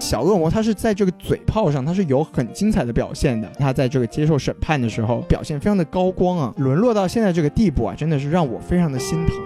小恶魔他是在这个嘴炮上，他是有很精彩的表现的。他在这个接受审判的时候，表现非常的高光啊，沦落到现在这个地步啊，真的是让我非常的心疼。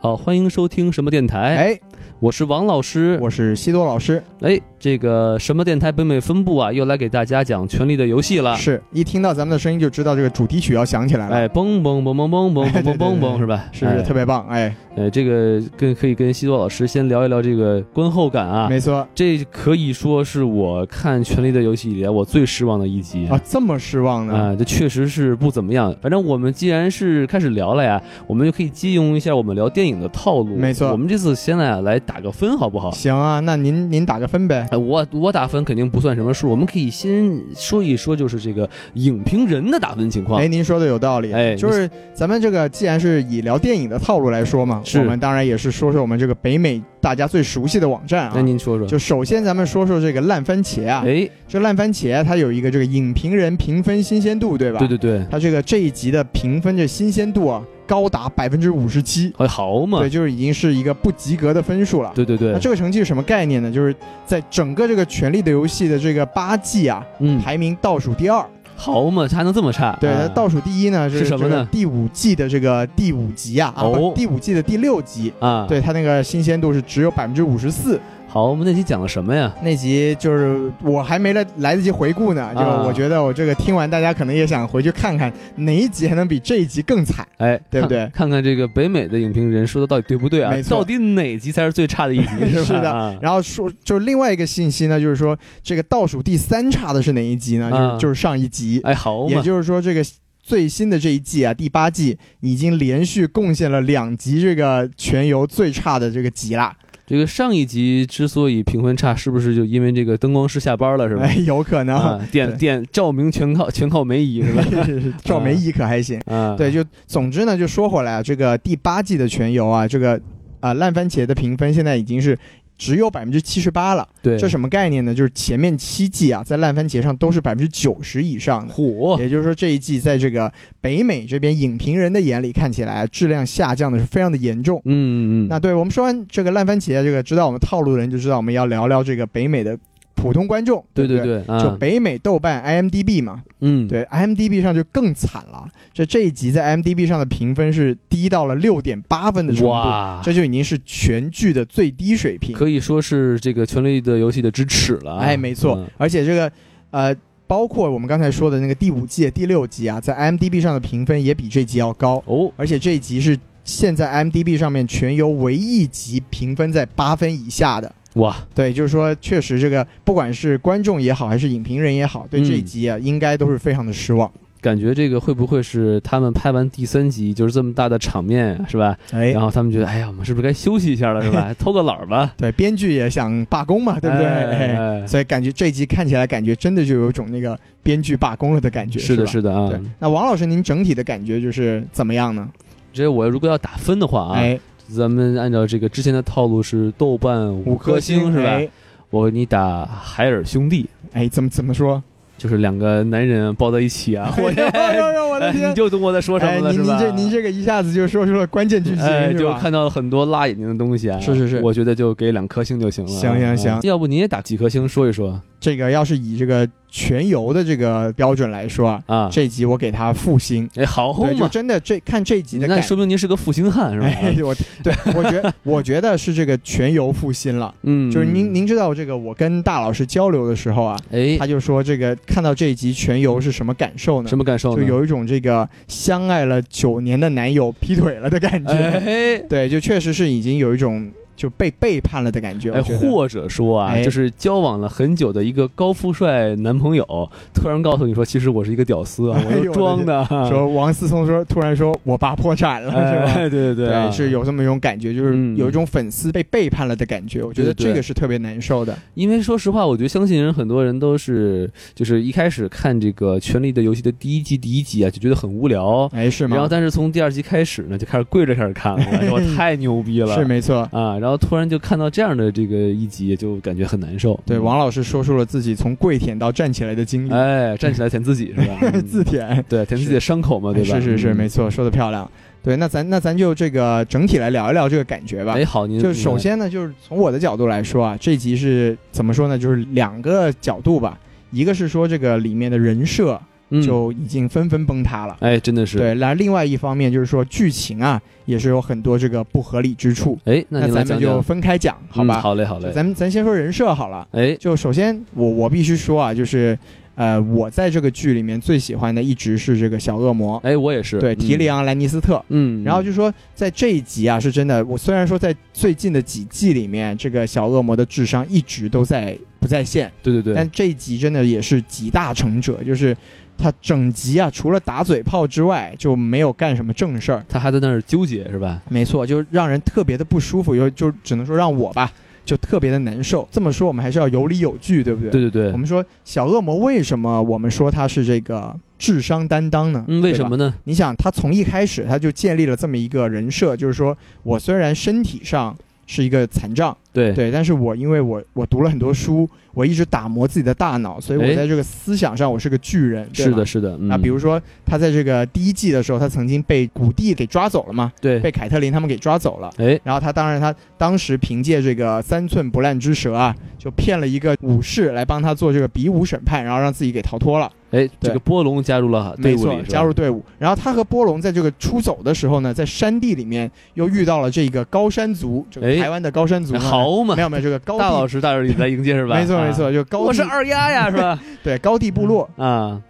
好，欢迎收听什么电台？哎，我是王老师。我是西多老师，哎，这个什么电台北美分部啊，又来给大家讲《权力的游戏》了。是一听到咱们的声音就知道这个主题曲要响起来了，啊哎，嘣嘣嘣嘣嘣嘣哎对对嘣嘣对嘣，是吧？是不是哎特别棒？哎，呃，这个跟可以跟西多老师先聊一聊这个观后感啊。没错这可以说是我看《权力的游戏》里来我最失望的一集啊，这么失望呢？啊，这确实是不怎么样。反正我们既然是开始聊了呀，我们就可以借用一下我们聊电影的套路。没错我们这次先来啊来打个分，好不好？行啊，那您您打个分呗。哎，我我打分肯定不算什么数，我们可以先说一说，就是这个影评人的打分情况。哎，您说的有道理，哎就是咱们这个既然是以聊电影的套路来说嘛，是我们当然也是说说我们这个北美大家最熟悉的网站那啊。您说说，就首先咱们说说这个烂番茄啊，嗯哎，这烂番茄它有一个这个影评人评分新鲜度，对吧？对对对，它这个这一集的评分这新鲜度啊，高达百分之五十七，哎，好嘛对，，就是已经是一个不及格的分数了。对对那对，这个成绩是什么概念呢？就是在整个这个《权力的游戏》的这个八季啊，嗯，排名倒数第二。好嘛，还能这么差？对，啊那倒数第一呢是什么呢这个第五季的这个第五集啊，啊哦不第五季的第六集。啊，，对它那个新鲜度是只有百分之五十四，好，我们那期讲了什么呀？那集就是我还没来来得及回顾呢，就啊我觉得我这个听完大家可能也想回去看看哪一集还能比这一集更惨。哎，对不看对看看这个北美的影评人说的到底对不对啊没？错到底哪集才是最差的一 集？是吧的啊然后说就是另外一个信息呢，就是说这个倒数第三差的是哪一集呢？就是、啊就是上一集，哎，好也嘛，就是说，这个最新的这一季啊，第八季已经连续贡献了两集这个全游最差的这个集啦，这个上一集之所以评分差，是不是就因为这个灯光师下班了，是吧哎，？有可能。啊，点点照明全靠全靠梅姨，是吧？ 赵梅一可还行。啊，对，就总之呢，就说回来啊，这个第八季的全游啊，这个啊、烂番茄的评分现在已经是只有百分之七十八了。对，这什么概念呢？就是前面七季啊，在烂番茄上都是百分之九十以上的。火也就是说，这一季在这个北美这边影评人的眼里看起来，啊质量下降的是非常的严重。嗯嗯嗯，那对我们说完这个烂番茄，这个知道我们套路的人就知道我们要聊聊这个北美的普通观众，对对不对，就啊，北美豆瓣 IMDB 嘛，嗯，对 IMDB 上就更惨了。这这一集在 IMDB 上的评分是低到了六点八分的程度，哇，这就已经是全剧的最低水平。可以说是这个《权力的游戏》的支持了啊。哎，没错，嗯而且这个呃，包括我们刚才说的那个第五季、第六集啊，在 IMDB 上的评分也比这集要高，哦，而且这一集是现在 IMDB 上面全游唯一一集评分在八分以下的。哇，对，就是说，确实这个不管是观众也好，还是影评人也好，对嗯这一集啊，应该都是非常的失望。感觉这个会不会是他们拍完第三集就是这么大的场面，是吧？哎然，后他们觉得，哎呀，我们是不是该休息一下了，是 吧？偷个懒儿吧，对，编剧也想罢工嘛，对不对？哎哎哎所以感觉这一集看起来，感觉真的就有一种那个编剧罢工了的感觉。是的，是吧是的啊对。。那王老师，您整体的感觉就是怎么样呢？这我如果要打分的话啊，哎，咱们按照这个之前的套路是豆瓣五颗星是吧？哎我给你打海尔兄弟，哎，怎么怎么说？就是两个男人抱在一起啊，我哎呦呦呦我的 哎天！你就懂我在说什哎，么了，您是您吧？这您这个一下子就说出了关键剧情，哎，是就吧？看到了很多辣眼睛的东西啊。是是是我觉得就给两颗星就行了。行行行啊要不你也打几颗星说一说这个要是以这个全游的这个标准来说啊，啊？这集我给他负星。哎，好对，就嘛，真的这看这集的那感说明您是个负心汉是吧？ 哎，我对我觉得我觉得是这个全游负心了。嗯，就是您您知道这个，我跟大老师交流的时候啊，哎他就说这个看到这一集全游是什么感受呢？什么感受就呢？有一种这个相爱了九年的男友劈腿了的感觉。哎。 对，就确实是已经有一种就被背叛了的感觉。哎，我觉得或者说啊，哎就是交往了很久的一个高富帅男朋友，突然告诉你说，其实我是一个屌丝啊，哎呦我是装的啊，说王思聪说突然说我爸破产了，是吧？哎，对对对啊，对，是有这么一种感觉，就是嗯有一种粉丝被背叛了的感觉。我觉得对对对这个是特别难受的。因为说实话，我觉得相信人很多人都是，就是一开始看这个《权力的游戏》的第一季第一集啊，就觉得很无聊。哎，是然后，吗？但是从第二集开始呢，就开始跪着开始看了，哎我说太牛逼了，嗯是没错。啊！然后突然就看到这样的这个一集，就感觉很难受。嗯对，王老师说出了自己从跪舔到站起来的经历，哎哎，站起来舔自己是吧？嗯自舔。对，舔自己的伤口嘛，对吧？是是是，嗯没错，说的漂亮。对，那咱那咱就这个整体来聊一聊这个感觉吧。哎，好，您就首先呢，就是从我的角度来说啊，这集是怎么说呢？就是两个角度吧，一个是说这个里面的人设嗯就已经纷纷崩塌了，哎，真的是，对，然后另外一方面就是说剧情啊，也是有很多这个不合理之处。哎，那您来咱们讲就讲，分开讲，好吧？嗯好嘞，好就嘞，咱们咱先说人设好了。哎，就首先我我必须说啊，就是呃，我在这个剧里面最喜欢的一直是这个小恶魔，哎，我也是，对，嗯提里，昂·兰尼斯特。嗯，然后就说，在这一集啊，是真的。我虽然说在最近的几季里面，这个小恶魔的智商一直都在不在线，对对对，但这一集真的也是集大成者，就是他整集啊，除了打嘴炮之外，就没有干什么正事儿。他还在那儿纠结是吧？没错，就让人特别的不舒服，有就只能说让我吧，就特别的难受。这么说，我们还是要有理有据，对不对？对对对我，们说小恶魔为什么我们说他是这个智商担当呢？嗯，为对吧什么呢？你想，他从一开始他就建立了这么一个人设，就是说我虽然身体上是一个残障，对，对，但是我因为我我读了很多书，我一直打磨自己的大脑，所以哎我在这个思想上我是个巨人。对是吧的，是的，嗯啊，比如说他在这个第一季的时候，他曾经被古蒂给抓走了嘛，对，被凯特琳他们给抓走了。哎，然后他当然他当时凭借这个三寸不烂之舌啊，就骗了一个武士来帮他做这个比武审判，然后让自己给逃脱了。哎，这对个波龙加入了队没伍错里，，是吧加入队伍。然后他和波龙在这个出走的时候呢，在山地里面又遇到了这个高山族，这哎个台湾的高山族。哎，豪嘛没，有没有这个高大老地，师大人你来迎接是吧？没错啊没，错，就高我地是二丫呀 是吧？对高地部落。啊，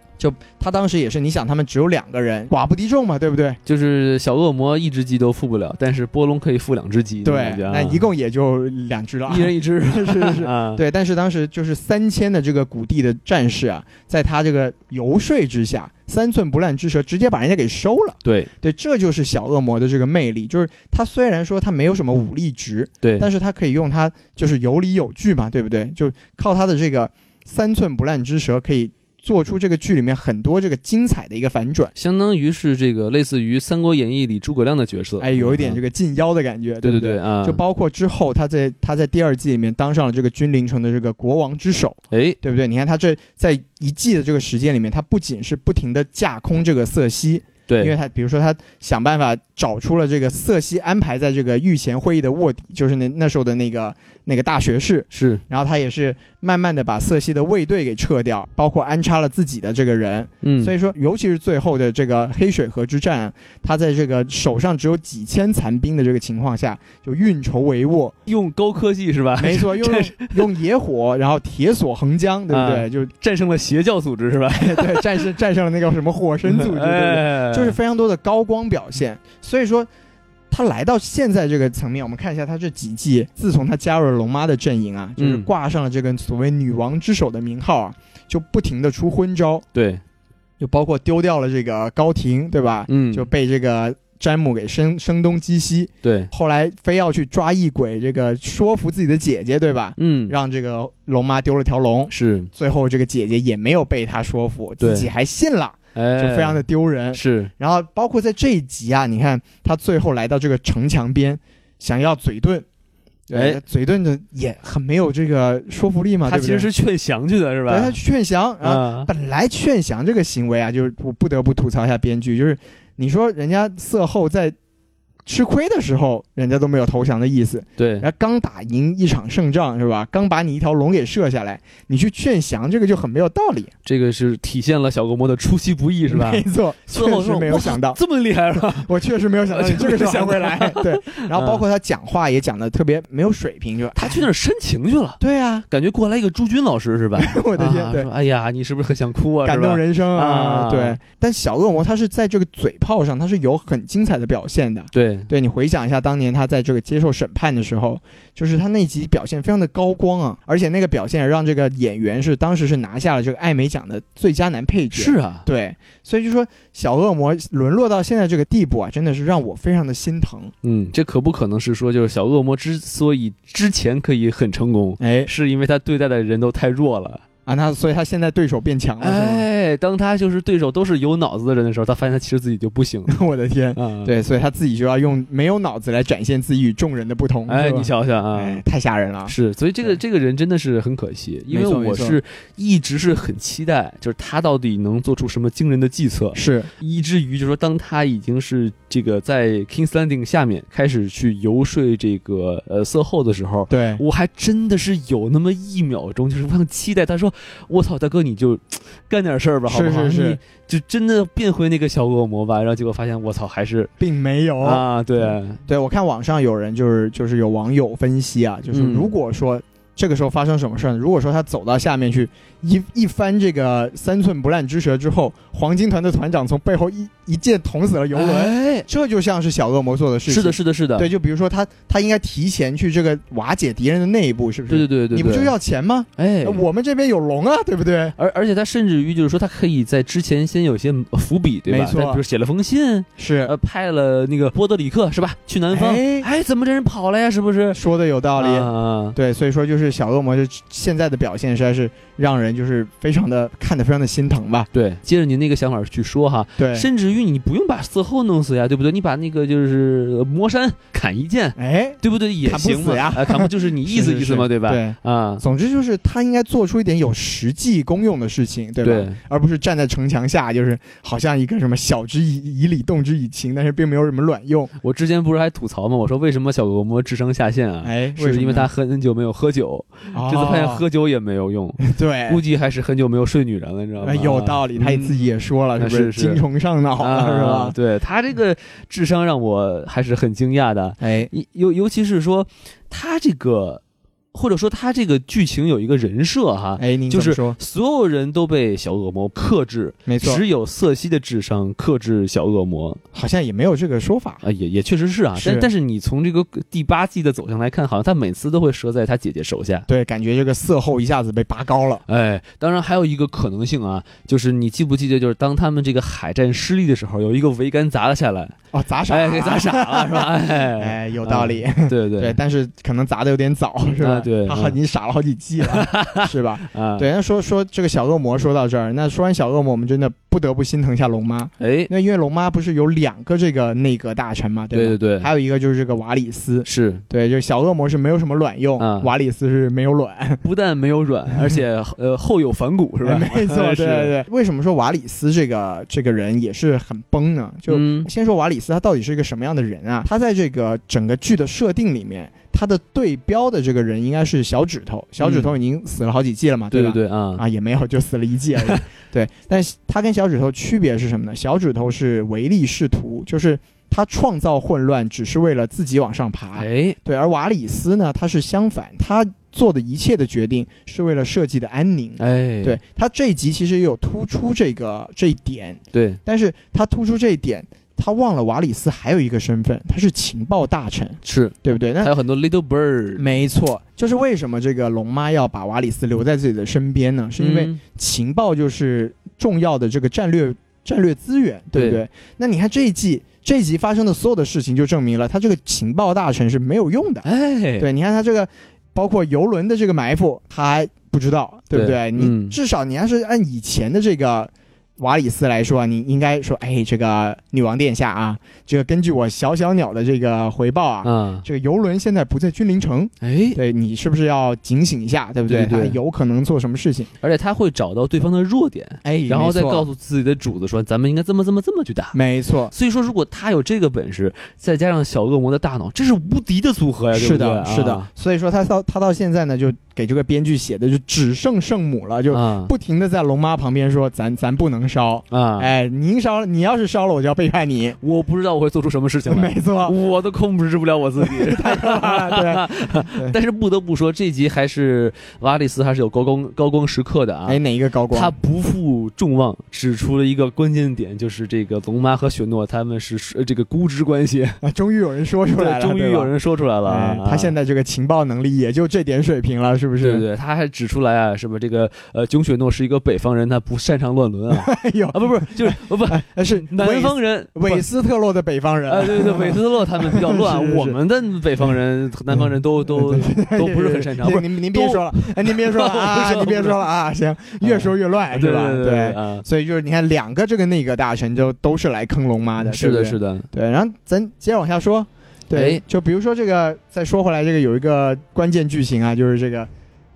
他当时也是，你想他们只有两个人，寡不敌众嘛，对不对？就是小恶魔一只鸡都付不了，但是波龙可以付两只鸡，对，种感觉啊那一共也就两只了啊，一人一只是是是。啊， 对，但是当时就是三千的这个谷地的战士啊，在他这个游说之下，三寸不烂之舌直接把人家给收了。对对，这就是小恶魔的这个魅力，就是他虽然说他没有什么武力值，对但是他可以用他就是有理有据嘛，对不对？就靠他的这个三寸不烂之舌，可以做出这个剧里面很多这个精彩的一个反转。相当于是这个类似于《三国演义》里诸葛亮的角色，哎，有一点这个，个近妖的感觉，对不对对对啊，就包括之后他在他在第二季里面当上了这个君临城的这个国王之首，哎，对不对？你看他这在一季的这个时间里面，他不仅是不停的架空这个瑟西，因为对，他比如说他想办法找出了这个瑟西安排在这个御前会议的卧底，就是那那时候的那个那个大学士，是，然后他也是慢慢的把瑟西的卫队给撤掉，包括安插了自己的这个人，嗯，所以说尤其是最后的这个黑水河之战，他在这个手上只有几千残兵的这个情况下，就运筹帷幄，用高科技是吧？没错，用啊这是啊用野火，然后铁索横江，对不对？就 战胜了邪教组织是吧？对战胜战胜了那个什么火神组织，对不对？哎就是非常多的高光表现。所以说，他来到现在这个层面，我们看一下他这几季，自从他加入了龙妈的阵营啊，就是嗯挂上了这个所谓女王之手的名号啊，就不停的出昏招，对，就包括丢掉了这个高庭，对吧？嗯，就被这个。詹姆给声声东击西，对，后来非要去抓异鬼，这个说服自己的姐姐，对吧？嗯，让这个龙妈丢了条龙，是，最后这个姐姐也没有被他说服，对自己还信了，就哎，非常的丢人。是，然后包括在这一集啊，你看他最后来到这个城墙边，想要嘴遁，对哎，嘴遁的也很没有这个说服力嘛，他啊对不其对实是劝降去的是对他吧？去劝降，然后啊，本来劝降这个行为啊，就是我不得不吐槽一下编剧，就是你说人家色后在吃亏的时候，人家都没有投降的意思，对，然后刚打赢一场胜仗是吧？刚把你一条龙给射下来，你去劝降，这个就很没有道理，这个是体现了小恶魔的出其不意是吧没？错，最后确实说没有哇想到，这么厉害是吧？我确实没有想到你这个时候还会来。对， 然后包括他讲话也讲的特别没有水平，就他去那儿煽情去 了，对啊，感觉过来一个朱军老师是吧？ 我的天，啊对说，哎呀，你是不是很想哭啊？感是吧动。人生啊，啊对。但小恶魔他是在这个嘴炮上，他是有很精彩的表现的。对，对你回想一下，当年他在这个接受审判的时候，就是他那集表现非常的高光啊，而且那个表现让这个演员是当时是拿下了这个艾美奖的最佳男配角。是啊，对，所以就说小恶魔沦落到现在这个地步啊，真的是让我非常的心疼。嗯，这可不可能是说，就是小恶魔之所以之前可以很成功，哎是因为他对待的人都太弱了。啊，那所以他现在对手变强了，是吗？对，哎当他就是对手都是有脑子的人的时候，他发现他其实自己就不行 了 我的天，啊。，对，所以他自己就要用没有脑子来展现自己与众人的不同。哎，是吧你，瞧瞧啊。哎，太吓人了。是，所以这对个这个人真的是很可惜，因为没错没我错是一直是很期待，就是他到底能做出什么惊人的计策，是，以至于就是说，当他已经是这个在 King's Landing 下面开始去游说这个呃色后的时候。对，我还真的是有那么一秒钟，就是非常期待。他说：“我操，大哥，你就干点事儿吧，好不是好？是你是，就真的变回那个小恶魔吧。”然后结果发现，我操，还是、并没有。啊，对，对我看网上有人就是就是有网友分析啊，就是嗯如果说。这个时候发生什么事儿呢？如果说他走到下面去一一番这个三寸不烂之舌之后，黄金团的团长从背后一一剑捅死了游轮，哎这就像是小恶魔做的事情。是的，是的，是的，对，就比如说他他应该提前去这个瓦解敌人的内部，是不是？对对对对，你不对就要钱吗？哎，我们这边有龙啊，对不对？而而且他甚至于就是说，他可以在之前先有些伏笔，对吧？没错他比如写了封信，是，呃，派了那个波德里克是吧？去南方，哎哎怎么这人跑了呀？是不是？说的有道理。啊，对，所以说就是小恶魔这现在的表现实在是让人就是非常的看得非常的心疼吧。对，接着您那个想法去说哈，对，甚至于你不用把色后弄死呀，对不对？你把那个就是呃魔山 砍一剑，哎，对不对？也砍不行嘛死呀啊，砍不 就是你意思是是意思嘛，是对吧？对。啊，总之就是他应该做出一点有实际功用的事情，对吧？对而不是站在城墙下，就是好像一个什么晓之以以理，动之以情，但是并没有什么卵用。我之前不是还吐槽吗？我说为什么小恶魔智商下线啊？哎，为什是因为么他呢很久没有喝酒，这次发现哦喝酒也没有用，对估计还是很久没有睡女人了，你知道吗？哎，有道理，他也自己也说了，嗯是不是是是精虫上脑了，是啊吧？对他这个智商让我还是很惊讶的，哎，尤尤尤其是说他这个，或者说他这个剧情有一个人设哈，哎，您啊就怎么是说，所有人都被小恶魔克制，没错，只有瑟西的智商克制小恶魔好像也没有这个说法。啊，也也确实是啊，是但但是你从这个第八季的走向来看，好像他每次都会折在他姐姐手下。对，感觉这个色后一下子被拔高了。哎，当然还有一个可能性啊，就是你记不记得，就是当他们这个海战失利的时候，有一个桅杆砸了下来，哦，砸傻，哎，给砸。傻了是吧？哎，哎，有道理，对对对，但是可能砸的有点早，是吧？啊对他已经傻了好几季 了，是吧？啊，对，那说说这个小恶魔，说到这儿，那说完小恶魔，我们真的不得不心疼一下龙妈，哎，那因为龙妈不是有两个这个内阁大臣嘛，对吧？对对，还有一个就是这个瓦里斯，是对，就是小恶魔是没有什么卵用，啊瓦里斯是没有卵，不但没有 软，而且呃后有反骨是吧？没错，对 对是对。为什么说瓦里斯这个这个人也是很崩呢？就、嗯先说瓦里斯他到底是一个什么样的人啊？他在这个整个剧的设定里面，他的对标的这个人应该是小指头，小指头已经死了好几季了嘛，嗯对吧？对对啊，啊，也没有，就死了一季而 已。对，但是他跟小指头区别是什么呢？小指头是唯利是图，就是他创造混乱只是为了自己往上爬。哎，对，而瓦里斯呢，他是相反，他做的一切的决定是为了社稷的安宁。哎，对他这一集其实也有突出这个这一点，对，但是他突出这一点，他忘了瓦里斯还有一个身份，他是情报大臣，是，对不对？还那有很多 little bird，没错，就是为什么这个龙妈要把瓦里斯留在自己的身边呢？是因为嗯情报就是重要的这个战略战略资源，对不对？那你看这一季这一集发生的所有的事情，就证明了他这个情报大臣是没有用的。哎，对，你看他这个，包括游轮的这个埋伏，他还不知道，对不对？对你、嗯至少你要是按以前的这个瓦里斯来说啊，你应该说，哎，这个女王殿下啊，这个根据我小小鸟的这个回报啊。啊，这个游轮现在不在君临城，哎，对你是不是要警醒一下，对不对？对对对他有可能做什么事情，而且他会找到对方的弱点，哎，然后再告诉，诉自己的主子说，咱们应该这么这么这么去打。没错，所以说，如果他有这个本事，再加上小恶魔的大脑，这是无敌的组合呀！对是不对的，是的啊。所以说他到他到现在呢，就给这个编剧写的就只剩圣母了，就啊不停的在龙妈旁边说，咱咱不能烧，啊！哎，您烧，你要是烧了，我就要背叛你。我不知道我会做出什么事情来没，错， 我都控制不了我自己。太可怕啊了。对， 但是不得不说，这集还是瓦里斯还是有高光高光时刻的啊。哎，哪一个高光？他不负众望，指出了一个关键点，就是这个龙妈和雪诺他们是呃这个估值关系。啊 终于有人说出来对，了，终于有对吧。人说出来了啊哎。他现在在这个情报能力也就这点水平了，是是不对对是？对，他还指出来啊，什么这个呃，熊雪诺是一个北方人，他不擅长乱伦啊 哎呦，啊，不不，就是不不，哎是南方人不韦斯特洛的北方人，啊，对对对，韦斯特洛他们比较乱， 是是是我们的北方人、南方 人都都呃都不是很擅长，不是您您别说了，哎，您别说了 啊，您别说了啊，行，越说越乱是对吧？对对啊，所以就是你看两个这个那个大神就都是来坑龙妈的，嗯是对的，不对是的，对。然后咱接着往下说，对哎，就比如说这个，再说回来，这个有一个关键剧情啊，就是这个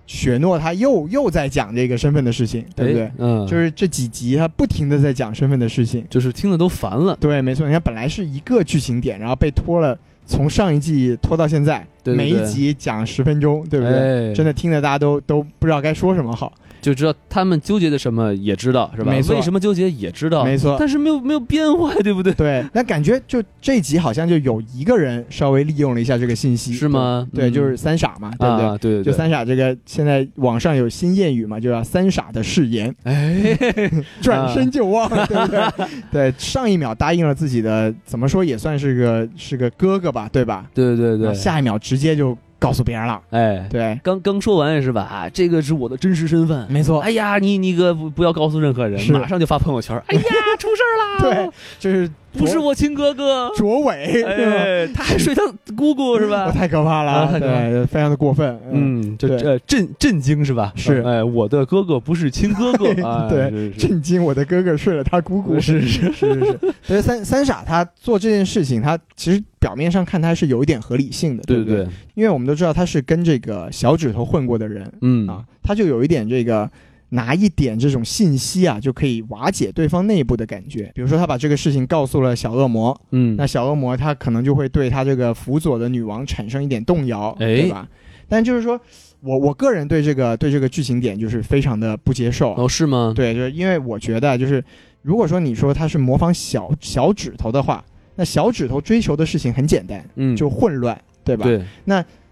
雪诺他又又在讲这个身份的事情，对不对哎？嗯，就是是这几集他不停的在讲身份的事情。就是听得都烦了，对，没错，你看本来是一个剧情点，然后被拖了，从上一季拖到现在，对对每一对集讲十分钟，对不对？哎，真的听得大家都都不知道该说什么好。就知道他们纠结的什么也知道是吧？没错为什么纠结也知道，没错但是没有没有变坏，对不对？对，但感觉就这集好像就有一个人稍微利用了一下这个信息，是吗对，嗯就是三傻嘛，对不对？啊，对对就对，三傻这个，现在网上有新谚语嘛，就叫“三傻的誓言，哎， 啊转身就忘”，对不对？ 对，上一秒答应了自己的，怎么说也算是个是个哥哥吧，对吧？对对然对后，啊下一秒直接就告诉别人了，哎，对，刚刚说完是吧？啊，这个是我的真实身份。没错，哎呀，你你个不不要告诉任何人，是马上就发朋 友圈。哎呀，出事儿啦！对，就是不是卓我亲哥哥，卓伟，对吧哎，他还睡他姑姑是哦吧？太可怕了，啊太可怕对，非常的过分， 嗯，嗯，这对这震震惊是吧？是哎，我的哥哥不是亲哥 哥对啊，对是是震惊，我的哥哥睡了他姑姑，是是是是 是，所以三三傻他做这件事情，他其实表面上看他是有一点合理性的，对不对？对，因为我们都知道他是跟这个小指头混过的人嗯啊，他就有一点这个。拿一点这种信息啊，就可以瓦解对方内部的感觉。比如说，他把这个事情告诉了小恶魔，嗯那小恶魔他可能就会对他这个辅佐的女王产生一点动摇，哎对吧？但就是说我我个人对这个对这个剧情点就是非常的不接受啊，哦是吗？对，就是因为我觉得，就是如果说你说他是模仿小小指头的话，那小指头追求的事情很简单，嗯，就混乱，对吧？对，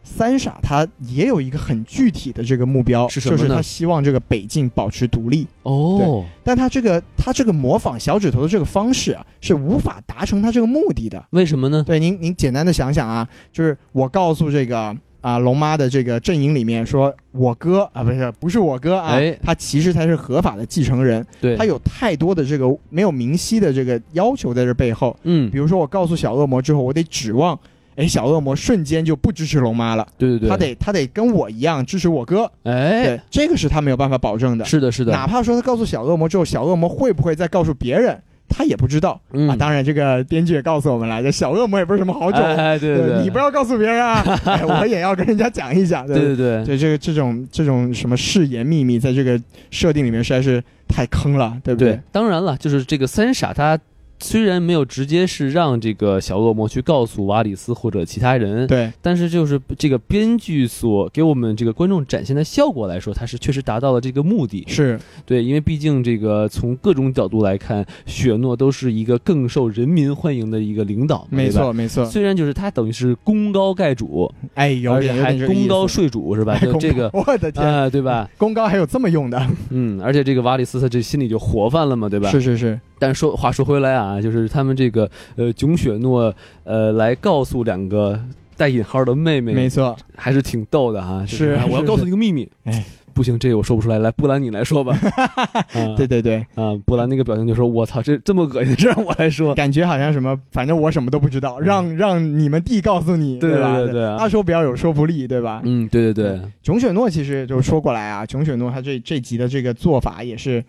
三傻他也有一个很具体的这个目标，是什么就是呢他希望这个北境保持独立。哦，但他这个他这个模仿小指头的这个方式啊，是无法达成他这个目的的。为什么呢？对，您您简单的想想啊，就是我告诉这个啊龙妈的这个阵营里面说，我哥啊不是不是我哥啊，哎他其实才是合法的继承人，对，他有太多的这个没有明晰的这个要求在这背后。嗯比，如说，我告诉小恶魔之后，我得指望，哎，小恶魔瞬间就不支持龙妈了，对对对，他得他得跟我一样支持我哥，哎，对，这个是他没有办法保证的。是的是的，哪怕说他告诉小恶魔之后，小恶魔会不会再告诉别人，他也不知道、嗯啊。当然，这个编剧也告诉我们了，这小恶魔也不是什么好种，哎哎对对，你不要告诉别人 啊，哎我也要跟人家讲一讲，对不对对对对，对这个这种这种什么誓言秘密，在这个设定里面实在是太坑了，对不对？对，当然了，就是这个三傻他。虽然没有直接是让这个小恶魔去告诉瓦里斯或者其他人，对但是就是这个编剧所给我们这个观众展现的效果来说，它是确实达到了这个目的。是，对，因为毕竟这个从各种角度来看，雪诺都是一个更受人民欢迎的一个领导嘛，没对吧。错，没错。虽然就是他等于是功高盖主，哎，有而且点有还点这个意思功 高税主是吧？哎就功这个高我的 天，啊、对吧？功高还有这么用的，嗯，而且这个瓦里斯他这心里就活泛了嘛，对吧？是是是，但说话说回来啊，就是他们这个呃囧雪诺呃来告诉两个带引号的妹妹，没错，还是挺逗的哈。就是啊我要是告诉你个秘密。 哎，不行，这个我说不出来。来，布兰你来 说吧。啊对对对，啊，布兰那个表情就说：“我操，这这么恶心，这让我 来 说。感觉好像什么，反正我什么都不知道，让让你们弟告诉你，嗯对吧？对对对啊他说不要有说服力，对”吧？嗯，对对对，囧雪诺其实就说过来啊，囧雪诺他这这集的这个做法也是，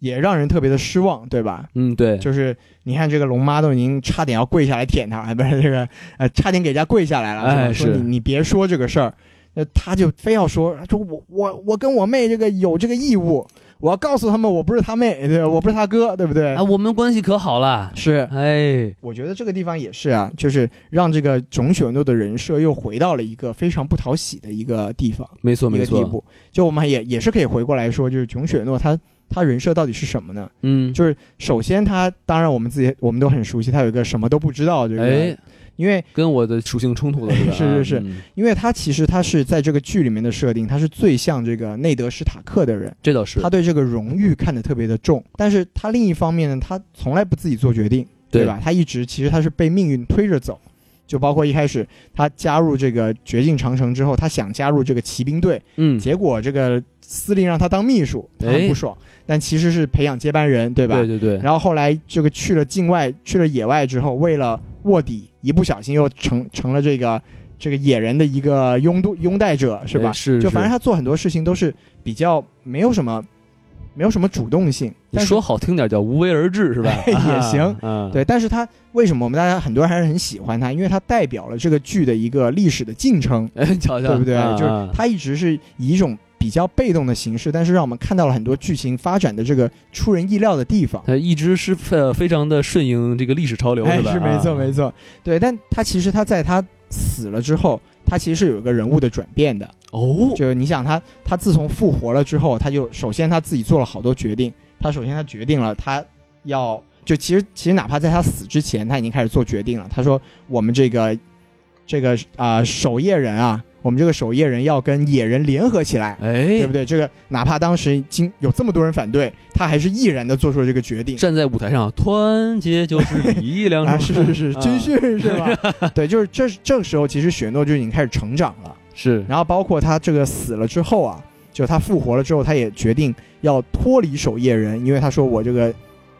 也让人特别的失望，对吧？嗯对，就是你看这个龙妈都已经差点要跪下来舔他，哎，不是这个呃，差点给人家跪下来了，哎是吧说是你你别说这个事儿，那他就非要说说我我我跟我妹这个有这个义务，我要告诉他们我不是他妹，对吧，我不是他哥，对不对？啊，我们关系可好了。是。哎，我觉得这个地方也是啊，就是让这个种雪诺的人设又回到了一个非常不讨喜的一个地方，没错一没个地错，步。就我们也也是可以回过来说，就是囧雪诺他他人设到底是什么呢？嗯，就是首先他，当然我们自己我们都很熟悉，他有一个什么都不知道这个，哎，因为跟我的属性冲突了，对吧是是是，嗯因为他其实他是在这个剧里面的设定，他是最像这个内德史塔克的人，这倒是他，对这个荣誉看得特别的重，但是他另一方面呢，他从来不自己做决定，对吧？他一直其实他是被命运推着走。就包括一开始他加入这个绝境长城之后，他想加入这个骑兵队，嗯，结果这个司令让他当秘书，他很哎不爽，但其实是培养接班人，对吧？对对对，然后后来这个去了境外，去了野外之后，为了卧底，一不小心又成成了这个这个野人的一个拥渡拥戴者，是吧？哎是就反正是他做很多事情都是比较没有什么没有什么主动性，你但是说好听点叫无为而治是吧？哎 也行啊，对，但是他为什么我们大家很多人还是很喜欢他？因为他代表了这个剧的一个历史的进程，哎，瞧瞧，对不对？啊就是啊他一直是以一种比较被动的形式，但是让我们看到了很多剧情发展的这个出人意料的地方。他一直是呃非常的顺应这个历史潮流，哎，吧？是没错啊没错，对。但他其实他在他死了之后，他其实是有一个人物的转变的。哦，就是你想他，他自从复活了之后，他就首先他自己做了好多决定。他首先他决定了他要就其实其实哪怕在他死之前，他已经开始做决定了。他说我们这个这个啊、守夜人啊，我们这个守夜人要跟野人联合起来。对哎不，对？啊这个哪怕当时经有这么多人反对，他还是毅然的做出了这个决 定。站在舞台上，团结就是力 量，啊，是是是，啊军训是吧？对，就是这这个时候，其实雪诺就已经开始成长了。是然后包括他这个死了之后啊，就他复活了之后，他也决定要脱离守夜人，因为他说我这个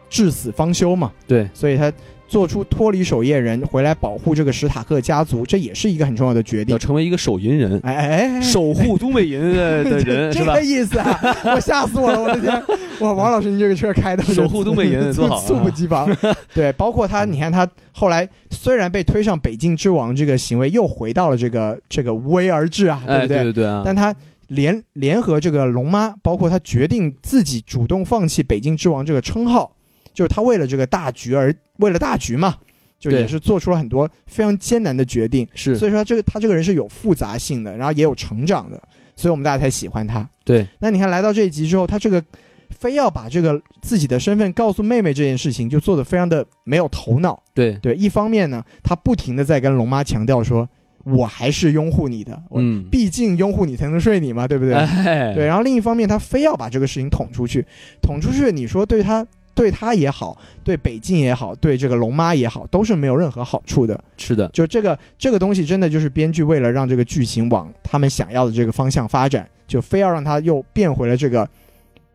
至死方休嘛，对，所以他做出脱离守夜人回来保护这个史塔克家族，这也是一个很重要的决定要。成为一个手淫人，哎哎哎，守护东北银 的的人这是吧个？意思啊！我吓死我了，我的天！哇，王老师，你这个车开的守护东 北人多好啊猝不及防。对，包括他，你看他后来虽然被推上北境之王这个行为，又回到了这个这个无为而治啊，对哎，不对？对对对啊，但他联联合这个龙妈，包括他决定自己主动放弃北境之王这个称号，就是他为了这个大局而为了大局嘛，就对也是做出了很多非常艰难的决定。是所以说他这个他这个人是有复杂性的，然后也有成长的，所以我们大家才喜欢他。对，那你看来到这一集之后，他这个非要把这个自己的身份告诉妹妹这件事情，就做的非常的没有头脑。对，对，一方面呢，他不停的在跟龙妈强调说，我还是拥护你的，我嗯，毕竟拥护你才能睡你嘛，对不对？哎，对，然后另一方面，他非要把这个事情捅出去，捅出去，你说对他对他也好，对北境也好，对这个龙妈也好，都是没有任何好处的。是的，就这个这个东西，真的就是编剧为了让这个剧情往他们想要的这个方向发展，就非要让它又变回了这个，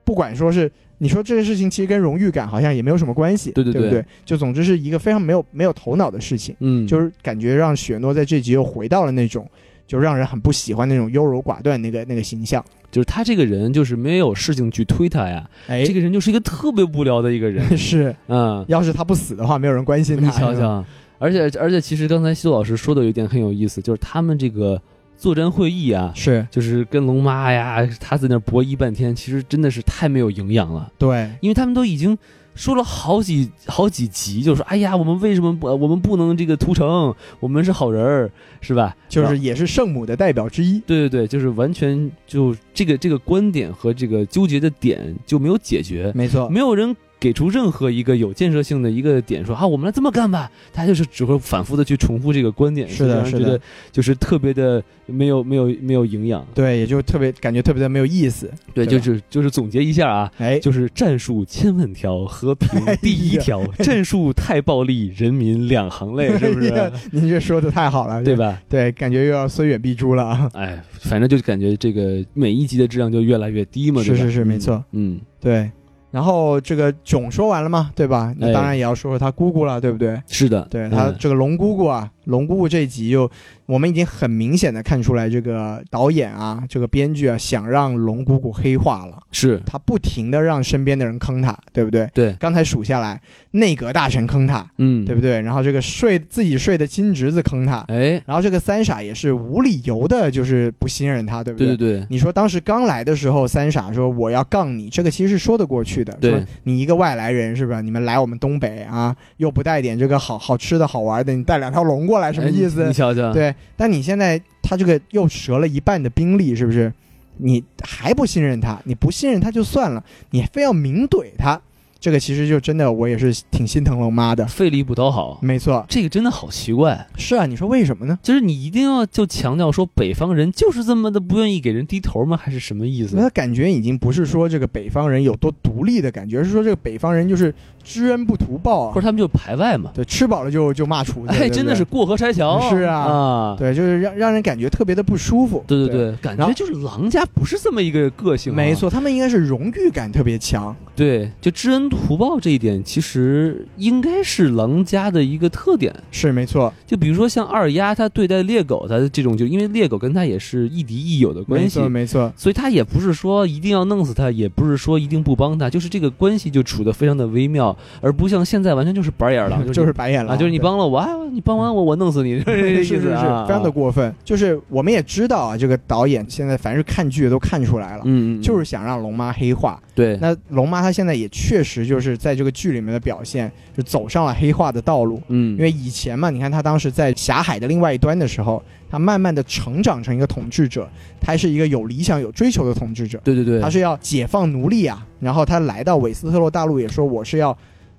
不管说是你说这件事情，其实跟荣誉感好像也没有什么关系，对对对不对对？就总之是一个非常没有没有头脑的事情，嗯，就是是感觉让雪诺在这集又回到了那种就让人很不喜欢那种优柔寡断那个那个形象。就是他这个人就是没有事情去推他呀，哎这个人就是一个特别无聊的一 个人， 是，嗯，要是他不死的话，没有人关心他。你瞧是吧，瞧，而且而且，其实刚才西渡老师说的有一点很有意思，就是他们这个作战会议啊，是就是跟龙妈呀，他在那儿博弈半天，其实真的是太没有营养了，对，因为他们都已经。说了好几好几集，就是说，哎呀，我们为什么不，我们不能这个屠城？我们是好人儿，是吧？就是也是圣母的代表之一。对对对，就是完全就这个这个观点和这个纠结的点就没有解决，没错，没有人给出任何一个有建设性的一个点说，啊，我们来这么干吧。他就是只会反复的去重复这个观点，是的就让人是的觉得就是特别的没有没有没有营养。对，也就特别感觉特别的没有意思。对，对就吧是就是总结一下啊。哎，就是战术千万条，和平第一条。战术太暴力，人民两行泪，是不 哎是呀？您这说的太好了，对？吧？对，感觉又要虽远必诛了啊！哎，反正就感觉这个每一集的质量就越来越低嘛。是对吧是是没错。嗯，嗯对，然后这个囧说完了嘛，对吧？那哎当然也要说说他姑姑了，对不对？是的，对他嗯这个龙姑姑啊，龙姑姑这一集又，我们已经很明显的看出来，这个导演啊，这个编剧啊，想让龙姑姑黑化了，是他不停的让身边的人坑他，对不对？对，刚才数下来，内阁大臣坑他，嗯，对不对？然后这个睡自己睡的亲侄子坑他，哎，然后这个三傻也是无理由的，就是不信任他，对不对对对对你说当时刚来的时候，三傻说我要杠你，这个其实是说得过去的。对说你一个外来人是吧？你们来我们东北啊，又不带点这个好好吃的好玩的，你带两条龙过来什么哎意你思你？瞧瞧，对，但你现在他这个又折了一半的兵力，是不是？你还不信任他？你不信任他就算了，你非要明怼他，这个其实就真的我也是挺心疼龙妈的。费力不讨好，没错，这个真的好奇怪。是啊，你说为什么呢？就是你一定要就强调说北方人就是这么的不愿意给人低头吗？还是什么意思？那感觉已经不是说这个北方人有多独立的感觉，而是说这个北方人就是知恩不图报或啊者，他们就排外嘛？对，吃饱了就就骂厨子，对哎，不对真的是过河拆桥。是啊啊，对，就是让让人感觉特别的不舒服。对对对，感然觉后就是狼家不是这么一个个性、啊没，错，他们应该是荣誉感特别强。对，就知恩图报这一点，其实应该是狼家的一个特点。是没错，就比如说像二丫，她对待猎狗，她这种就因为猎狗跟她也是亦敌亦友的关没系错，，没错，所以她也不是说一定要弄死她，也不是说一定不帮她，就是这个关系就处得非常的微妙，而不像现在完全就是白眼狼， 就是是白眼啊，狼，就是你帮了我，啊，你帮完我，我弄死你， 就是这对。个是意是是，思是啊，非常的过分。就是我们也知道啊，这个导演现在凡是看剧的都看出来了，嗯，嗯，嗯就是想让龙妈黑化。对，那龙妈她现在也确实就是在这个剧里面的表现，就走上了黑化的道路。嗯，因为以前嘛，你看她当时在狭海的另外一端的时候，她慢慢的成长成一个统治者，她是一个有理想、有追求的统治者，对对对，她是要解放奴隶啊。然后她来到韦斯特洛大陆，也说我是要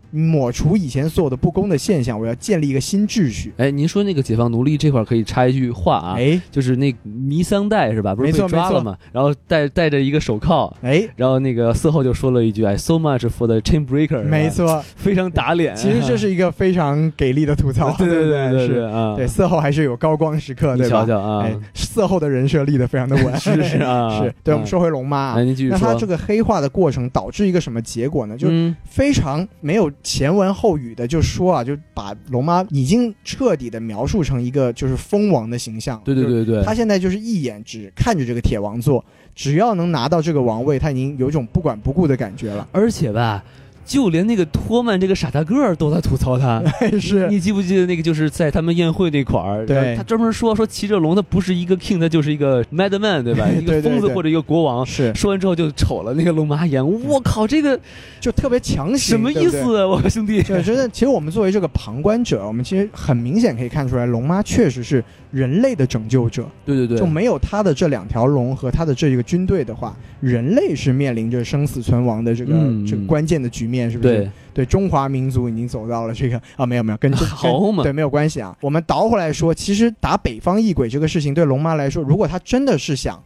抹除以前所有的不公的现象，我要建立一个新秩序。哎，您说那个解放奴隶这块儿可以插一句话啊，哎就是那尼桑代是吧？不是没被错抓了嘛？然后戴戴着一个手铐，哎，然后那个四后就说了一句：“哎，so much for the chain breaker。”没， 错，非常打脸。其实这是一个非常给力的吐槽啊 。对对对对是。对啊！对，色后还是有高光时刻，你对吧？瞧瞧啊，哎，色后的人设立得非常的稳， 是 是啊，是。对，我们嗯，说回龙妈啊哎，，您继续那说它，这个黑化的过程导致一个什么结果呢？就嗯非常没有前文后语的就说啊，就把龙妈已经彻底的描述成一个就是蜂王的形象，对对。对对，他现在就是一眼只看着这个铁王座，只要能拿到这个王位，他已经有一种不管不顾的感觉 了。而且吧，就连那个托曼这个傻大个儿都在吐槽他。但 是，你记不记得那个就是在他们宴会那块儿，对然后他专门说说骑着龙，他不是一个 king，他就是一个 madman，对吧？对一个对对疯子对或者一个国王。是说完之后就瞅了那个龙妈一眼，我靠，这个就特别强行，什么对意不对思？啊，我兄弟？就觉得，其实我们作为这个旁观者，我们其实很明显可以看出来，龙妈确实是人类的拯救者。对对就对，没有她的这两条龙和她的这个军队的话，人类是面临着生死存亡的这个、嗯这个关键的局面，是不是？ 对，对中华民族已经走到了这个 啊，没有没有，跟 这跟好嘛，对没有关系啊。我们倒回来说，其实打北方异鬼这个事情，对龙妈来说，如果她真的是想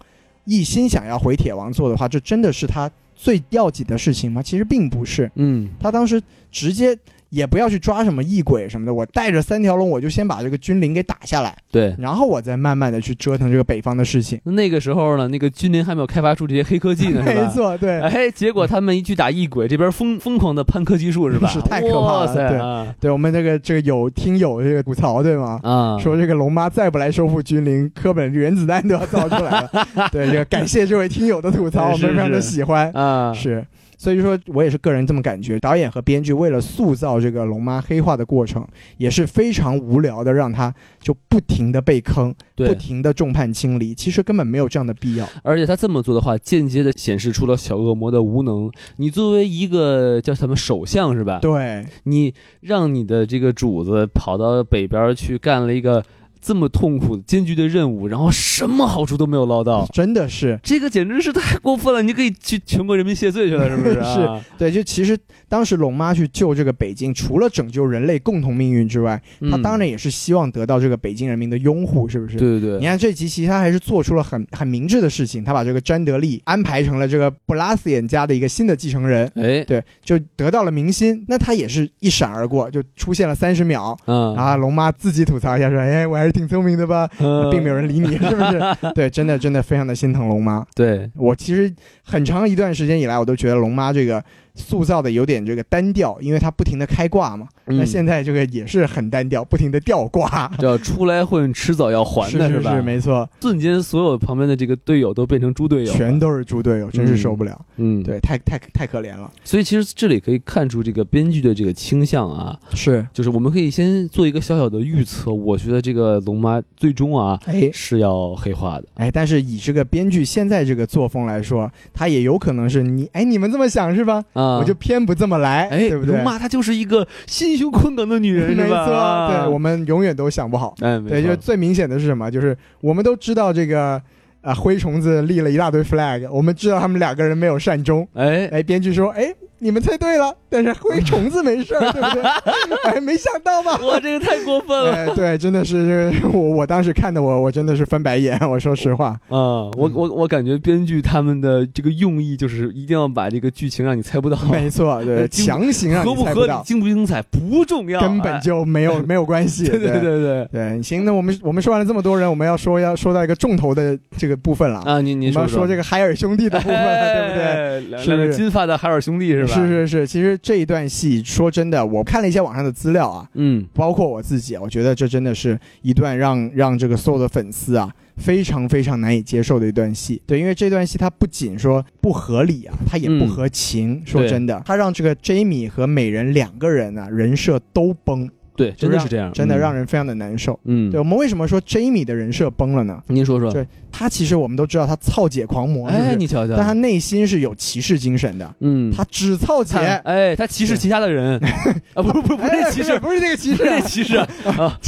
一心想要回铁王座的话，这真的是她最要紧的事情吗？其实并不是。嗯，他当时直接也不要去抓什么异鬼什么的，我带着三条龙，我就先把这个军临给打下来，对。然后我再慢慢的去折腾这个北方的事情。那个时候呢，那个君临还没有开发出这些黑科技 呢，是吧没错，对、哎，结果他们一去打异鬼，这边疯疯狂的攀科技树是吧？是 太可怕了哇塞对啊对，我们这个这个有听友这个吐槽对吗？啊！ 说这个龙妈再不来收复君临，柯本原子弹都要造出来 了。对，这个感谢这位听友的吐槽，我是们非常的是喜欢。啊，是，所以说我也是个人这么感觉。导演和编剧为了塑造这个龙妈黑化的过程，也是非常无聊的，让他就不停的被坑，不对，啊停的众叛亲离，其实根本没有这样的必要。而且他这么做的话，间接的显示出了小恶魔的无能。你作为一个叫什么首相是吧？对，你让你的这个主子跑到北边去干了一个这么痛苦艰巨的任务，然后什么好处都没有捞到，真的是这个简直是太过分了！你可以去全国人民谢罪去了，是不 是、啊？对，就其实当时龙妈去救这个北京，除了拯救人类共同命运之外，嗯她当然也是希望得到这个北京人民的拥护，是不是？对对你对，看这集，其实他还是做出了很很明智的事情，他把这个詹德利安排成了这个布拉斯眼家的一个新的继承人，哎，对，就得到了明星，那他也是一闪而过，就出现了三十秒。嗯然后龙妈自己吐槽一下说：“哎，我还是挺聪明的吧？”嗯呃并没有人理你，是 不是？对，真的真的非常的心疼龙妈。对，我其实很长一段时间以来，我都觉得龙妈这个塑造的有点这个单调，因为她不停的开挂嘛。那嗯现在这个也是很单调，不停的掉挂。叫出来混，迟早要 还是的是吧？是，没错，瞬间所有旁边的这个队友都变成猪队友了，全都是猪队友，真是受不了。嗯，对，太太太可怜了。所以其实这里可以看出这个编剧的这个倾向啊，是，就是我们可以先做一个小小的预测，我觉得这个龙妈最终啊哎是要黑化的。哎，但是以这个编剧现在这个作风来说，他也有可能是你哎，你们这么想是吧？啊，我就偏不这么来，哎，对不对龙？妈她就是一个心胸宽广的女人， 没是吧？错，啊对我们永远都想不好。哎，没对，错就是最明显的是什么？就是我们都知道这个啊，灰虫子立了一大堆 flag，我们知道他们两个人没有善终。哎，哎，编剧说，哎，你们猜对了，但是灰虫子没事儿，对不对？ 哎，没想到吧？哇，这个太过分了。哎，对，真的是我我当时看的我我真的是翻白眼，我说实话， 啊、我嗯我我感觉编剧他们的这个用意就是一定要把这个剧情让你猜不到，没错， 对，精强行让合你不猜合理到、，精不精彩不重要，根本哎 就没有没有关系，对对对对对，行，那我们我们说完了这么多人，我们要说要说到一个重头的这个部分了，啊！您我们您要说哎说这个个海尔兄弟的部分了，对不对？对是两个金发的海尔兄弟是吧？是，是是，其实这一段戏，说真的，我看了一些网上的资料啊，嗯，包括我自己，啊我觉得这真的是一段让让这个所有的粉丝啊非常非常难以接受的一段戏。对，因为这段戏它不仅说不合理啊，它也嗯不合情。说真的，它让这个 Jamie 和美人两个人啊人设都崩，对，就真的让是这样，真的嗯让人非常的难受。嗯，对我们为什么说 Jamie 的人设崩了呢？您说说，对他其实我们都知道他操姐狂魔，是不哎，是你瞧瞧，但他内心是有骑士精神的，嗯，他只操他姐。哎，他歧视其他的人 啊，不不不，不哎是歧视，不是这个骑不 士是啊，歧 视啊，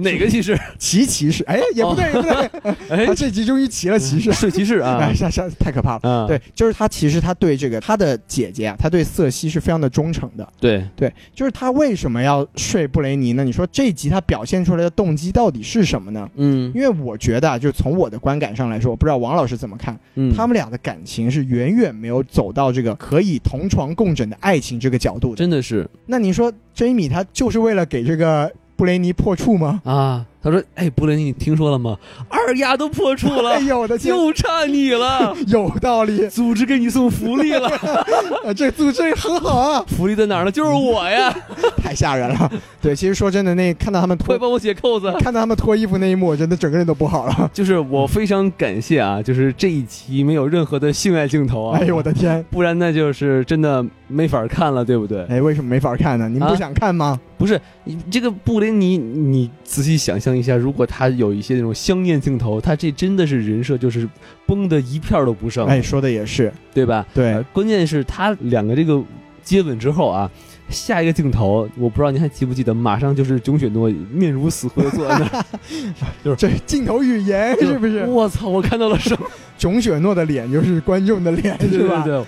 哪个歧视？骑骑士，哎，也不对，也不对，哎他，这集终于骑了骑士，是歧视啊哎，，下下太可怕了。啊，对，就是他，其实他对这个他的姐姐啊，他对瑟西是非常的忠诚的。对，对，就是他为什么要睡布雷尼呢？你说这一集他表现出来的动机到底是什么呢？嗯因为我觉得啊，就从我的观感上来说，我不知道王老师怎么看，嗯，他们俩的感情是远远没有走到这个可以同床共枕的爱情这个角度的。真的是那你说 Jamie 他就是为了给这个布雷尼破处吗？啊，他说，哎，布雷尼，你听说了吗？二丫都破处哎了，呦我的天，就差你了， 有道理， 组织给你送福利了，啊，这组织很好啊， 福利在哪儿呢？就是我 呀， 太吓人了。对，其实说真的，那看到他们快脱帮我解扣子。看到他们脱衣服那一幕，我真的整个人都不好了。就是我非常感谢啊，就是这一集没有任何的性爱镜头 啊，哎呦我的天！不然那就是真的没法看了，对不对？哎，为什么没法看呢？你们啊不想看吗？不是你这个布雷尼，你仔细想象一下，如果他有一些那种香艳镜头，他这真的是人设就是崩的一片儿都不剩，哎，说的也是，对吧？呃对，关键是他两个这个接吻之后啊，下一个镜头我不知道您还记不记得，马上就是囧雪诺面如死灰地坐在那儿，这镜头语言 就是不是？ 我操，我看到了什么？囧雪诺的脸就是观众的脸，对是吧？对，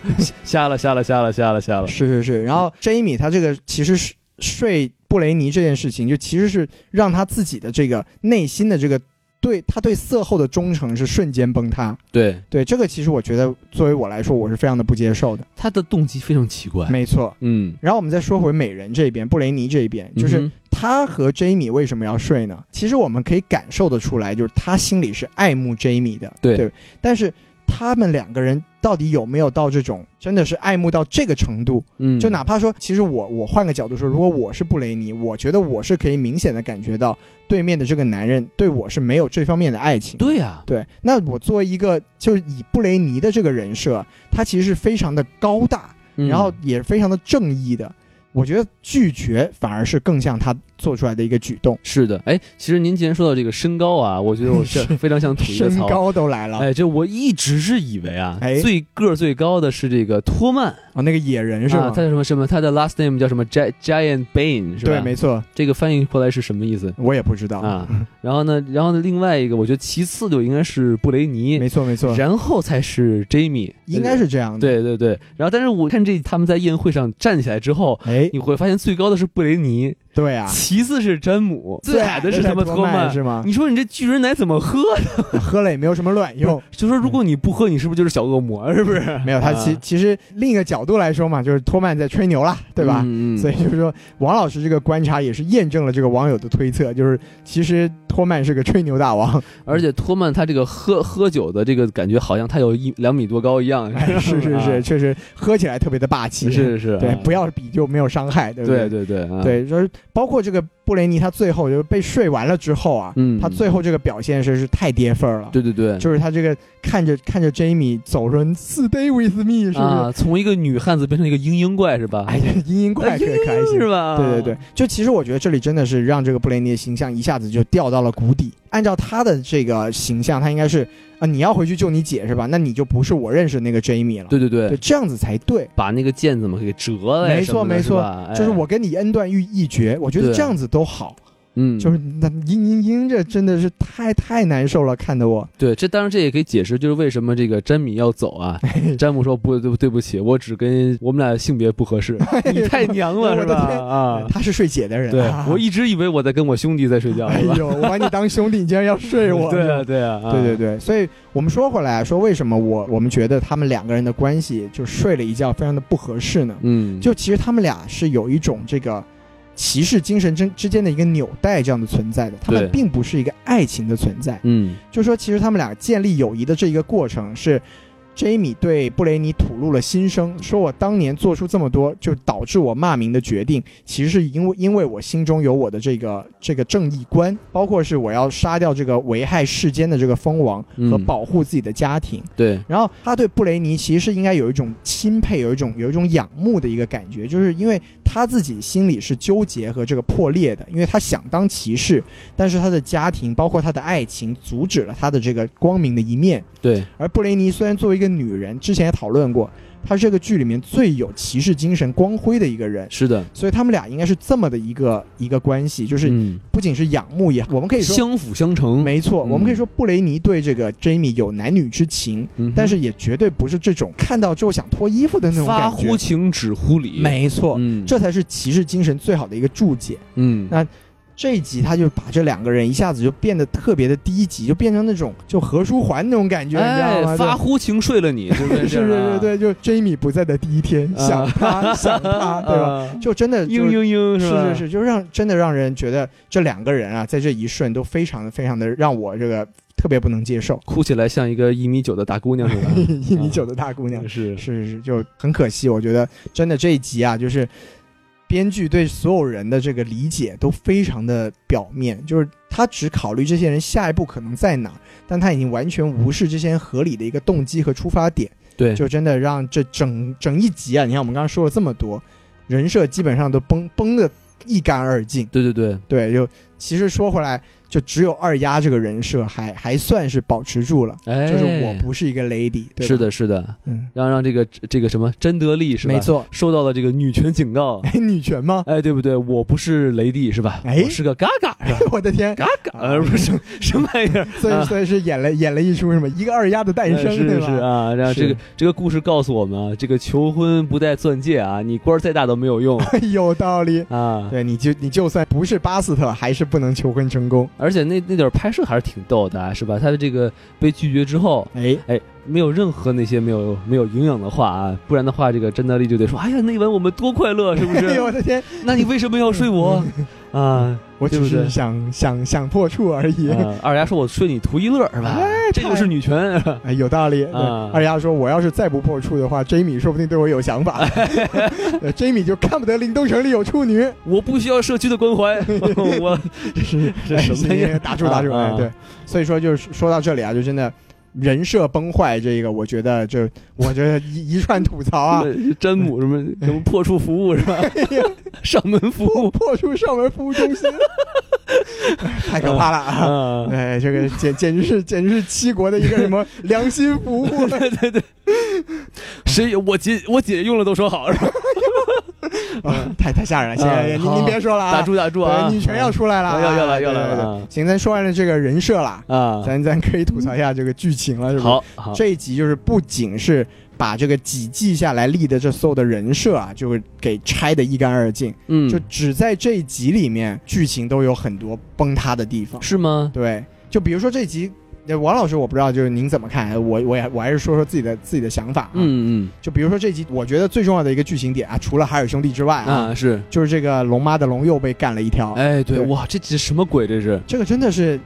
瞎了瞎了瞎了瞎了瞎了，是是是。然后 Jamie 他这个其实是睡布雷尼这件事情，就其实是让他自己的这个内心的这个对他对色后的忠诚是瞬间崩塌。对。对这个，其实我觉得作为我来说，我是非常的不接受的。他的动机非常奇怪，没错。嗯，然后我们再说回美人这边，布雷尼这边，就是嗯哼他和 Jamie 为什么要睡呢？其实我们可以感受得出来，就是他心里是爱慕 Jamie 的，对但是他们两个人到底有没有到这种真的是爱慕到这个程度？嗯，就哪怕说，其实我我换个角度说，如果我是布雷尼，我觉得我是可以明显的感觉到对面的这个男人对我是没有这方面的爱情。对啊呀、对，那我作为一个就是以布雷尼的这个人设，他其实是非常的高大，嗯然后也是非常的正义的。我觉得拒绝反而是更像他做出来的一个举动。是的，哎，其实您既然说到这个身高啊，我觉得我 是是非常想吐一个身槽。高都来了，哎，这我一直是以为啊，哎最个儿最高的是这个托曼，啊，那个野人是啊，吗他？叫什么什么？他的 last name 叫什么？Gi- Giant Bane 是吧？对，没错，这个翻译过来是什么意思我也不知道。啊？然后呢，然后呢，另外一个我觉得其次就应该是布雷尼，没错，没错，然后才是 Jamie，呃应该是这样的。，对对对。然后，但是我看这他们在宴会上站起来之后，哎，你会发现最高的是布雷尼，对 啊，其次是詹姆，最矮的是他妈托托曼。是吗？ 你说你这巨人奶怎么喝喝了也没有什么卵用。 就说如果你不喝，你是不是就是小恶魔？是不是？没有，他其啊其实另一个角度来说嘛，就是托曼在吹牛啦，对吧？嗯嗯所以就是说，王老师这个观察也是验证了这个网友的推测，就是其实托曼是个吹牛大 王，而且托曼他这个喝喝酒的这个感觉，好像他有一两米多高一样。哎是是啊是，确实喝起来特别的霸气，是是是，对啊，不要比就没有伤害，对不对对？对对啊对，就是包括这个布雷尼，他最后就是被睡完了之后啊，嗯他最后这个表现是是太跌份儿了，对对对，就是他这个看着看着 Jamie 走说 “Stay with me” 是不是？啊，从一个女汉子变成一个嘤嘤怪是吧？哎呀，阴阴怪可开心 是吧？对对对，就其实我觉得这里真的是让这个布雷尼的形象一下子就掉到了谷底。按照他的这个形象，他应该是啊、你要回去救你姐是吧？那你就不是我认识的那个 Jamie 了。对对对对，这样子才对。把那个剑怎么给折了呀？没错什么的没错吧哎就是我跟你恩断义义绝，我觉得对这样子都好。嗯，就是那嘤嘤嘤，这真的是太太难受了，看得我对，这当然这也可以解释，就是为什么这个詹米要走啊。哎詹姆说不对，对不起，我只跟我们俩性别不 合适，你太娘了是吧？哎我的天 啊，他是睡姐的人，对啊我一直以为我在跟我兄弟在睡觉，哎是吧？呦，我把你当兄弟，你竟然要睡我， 对啊，对啊，啊对对对，所以我们说回来，说为什么我我们觉得他们两个人的关系就睡了一觉非常的不合适呢？嗯，就其实他们俩是有一种这个骑士精神之之间的一个纽带这样的存在的，他们对并不是一个爱情的存在。嗯就说其实他们俩建立友谊的这一个过程是。Jamie 对布雷尼吐露了心声，说我当年做出这么多就导致我骂名的决定，其实是因为因为我心中有我的这个这个正义观，包括是我要杀掉这个危害世间的这个蜂王和嗯保护自己的家庭。对，然后他对布雷尼其实是应该有一种钦佩，有一种有一种仰慕的一个感觉，就是因为他自己心里是纠结和这个破裂的，因为他想当骑士，但是他的家庭包括他的爱情阻止了他的这个光明的一面。对，而布雷尼虽然作为一个女人，之前也讨论过，她是这个剧里面最有骑士精神光辉的一个人，是的，所以他们俩应该是这么的一个一个关系，就是嗯不仅是仰慕也，我们可以说。相辅相成，没错，嗯我们可以说布雷尼对这个 Jamie 有男女之情，嗯哼但是也绝对不是这种看到之后想脱衣服的那种发感觉乎。情止乎礼，，没错，嗯，这才是骑士精神最好的一个注解。嗯那这一集他就把这两个人一下子就变得特别的低级，就变成那种就何书桓那种感觉，你知道哎，吗？发就乎情睡了你，对不对？ 是是是，对，就 Jamie 不在的第一天，啊想 他想他，对吧？吧？就真的啊嘤就嘤嘤是吧？是是，就让真的让人觉得这两个人啊，在这一瞬都非常的非常的让我这个特别不能接受。 哭起来像一个一米九的大姑娘似的，一米九的大姑娘，是是是是，就很可惜。我觉得真的这一集啊，就是编剧对所有人的这个理解都非常的表面，就是他只考虑这些人下一步可能在哪儿，但他已经完全无视这些人合理的一个动机和出发点，对，就真的让这整整一集啊，你看我们刚刚说了这么多，人设基本上都崩崩的一干二净。对对对，对，就其实说回来，就只有二丫这个人设还还算是保持住了，哎，就是我不是一个 lady，对吧是，的，是的，嗯，让让这个这个什么贞德利是吧？没错。受到了这个女权警告 ，哎，女权 吗？哎，对不对？我不是雷帝是吧？哎我是个嘎嘎是吧？我的 天！嘎嘎，呃，不是什么玩意 儿？所以啊所以是演了演了一出什么一个二丫的诞生，呃对是吧？是 啊，然后是这个这个故事告诉我们啊，这个求婚不带钻戒啊，你官儿再大都没有 用哎有道理。啊。对，你就你就算不是巴斯特，还是不能求婚成功。而且那那点儿拍摄还是挺逗的、啊，是吧？他的这个被拒绝之后，哎，哎，没有任何那些没有没有营养的话啊，不然的话，这个真德利就得说，哎呀，那晚我们多快乐，是不 哎呦是？我的天！那你为什么要睡我？ 啊，我只对不是对想想想破处而已。啊二丫说我睡你图一乐是吧？这就是女权，哎，有道理。对啊二丫说：“我要是再不破处的话，Jamie 说不定对我有想 法。 对 Jamie 就看不得林东城里有处女。我不需要社区的关 怀，我是这什么呀哎打住打住！啊哎，啊对，所以说就是说到这里啊，就真的人设崩坏，这个我觉得就我这一一串吐槽啊，哎詹姆什么什么破处服务是 吧？上门服破务破除上门服务中心， 太可怕了 啊！啊， 哎，这个简简直是简直是七国的一个什 么良心服务，谁我姐我姐用了都说好是吧？啊太太吓人了！行嗯行，您好您别说了啊，打住打住啊！对，女权要出来了啊，要要了对要了嗯对对要了行，咱说完了这个人设了，啊，咱咱可以吐槽一下这个剧情了，是吧？好好这一集就是不仅是把这个几季下来立的这所有的人设啊，就给拆的一干二净，嗯就只在这一集里面，剧情都有很多崩塌的地方。是吗？对，就比如说这集，呃王老师我不知道，就是您怎么看？哎我我也我还是说说自己的自己的想法、啊。，嗯就比如说这集，我觉得最重要的一个剧情点啊，除了海尔兄弟之外嗯啊，啊是，就是这个龙妈的龙又被干了一条，哎对对哇，这这什么鬼这是？这个真的是。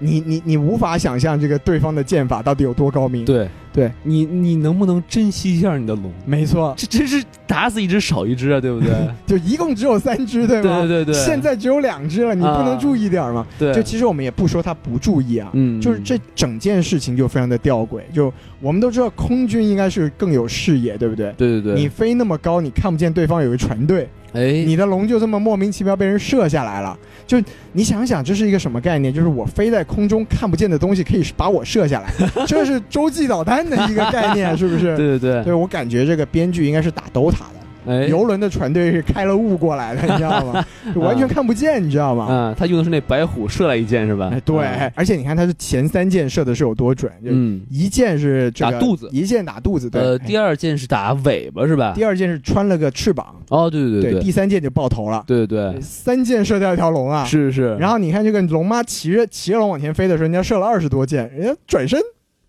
你你你无法想象这个对方的剑法到底有多高明。，对对，你你能不能珍惜一下你的龙？没错，这真是打死一只少一只啊，对 不对？就一共只有三只，对对吗？对对对，现在只有两只了，你不能注意点儿吗？对，就其实我们也不说他不注意啊，嗯，就是这整件事情就非常的吊诡。就我们都知道空军应该是更有视野，对不对？对对对，你飞那么高，你看不见对方有个船队，哎，你的龙就这么莫名其妙被人射下来了。就你想想，这是一个什么概念？就是我飞在空中看不见的东西可以把我射下来， 这是洲际导弹的一个概念，是不是？对对对，对我感觉这个编剧应该是打 DOTA 的，哎，游轮的船队是开了雾过来的，你知道 吗？就完嗯全看不见，你知道吗？啊，他用的是那白虎射来一箭是吧啊哎，？对，而且你看他是前三箭射的是有多准，就嗯，一箭是这个打肚子一箭打肚子，对。呃，第二二箭是打尾巴是吧？第二箭是穿了个翅膀，哦，对对对第三箭就爆头了，对对对，三箭射掉一条龙啊。是是。然后你看这个龙妈骑着骑着龙往前飞的时候，人家射了二十多箭，人家转身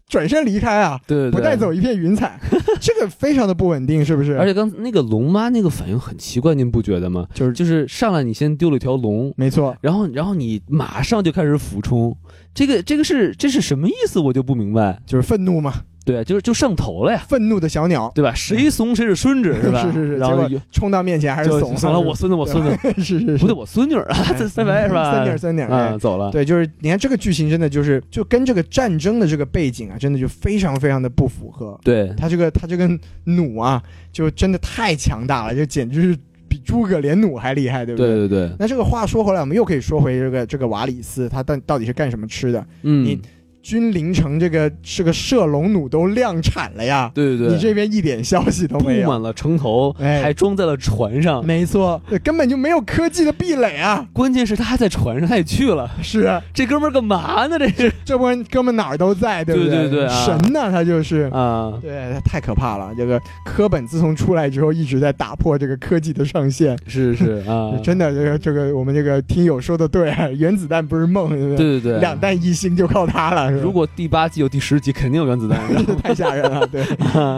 转身离开啊，对对不对，带走一片云 彩，这个非常的不稳定，是不是？而且刚那个龙妈那个反应很奇怪，您不觉得吗？就是就是上来你先丢了一条龙，没错，然后然后你马上就开始俯冲，这个这个是这是什么意思？我就不明白。就是愤怒嘛，对，就是就上头了呀，愤怒的小鸟，对吧？谁怂谁是孙子 是 吧？是是是，然结后果冲到面前还是就怂 怂了，我孙子我孙子，是是是，不对我孙女儿哎 啊，这三白是吧？三点三点，啊哎走了，对，就是你看这个剧情真的就是就跟这个战争的这个背景啊，真的就非常非常的不符合。对他这个他这个弩啊，就真的太强大了，就简直是比诸葛连弩还厉害，对不对？对对对，那这个话说回来，我们又可以说回这个这个瓦里斯，他到到底是干什么吃的？嗯，你君临城这个这个射龙弩都量产了呀，对对对，你这边一点消息都布没有。满了城头，哎还装在了船上。没错，对根本就没有科技的壁垒啊！关键是他还在船上，他也去了。是，这哥们儿干嘛呢？这 是这帮哥们哪儿都在，对不对对对啊神呐、他就是。啊，对，太可怕了！这个科本自从出来之后，一直在打破这个科技的上限。，是是啊真 的，这个这个，我们这个听友说的对，啊 原子弹不是梦，对不对？对对对，两弹一星就靠它了。是吧 如果第八季有第十集，肯定有原子弹。 太吓人了，对，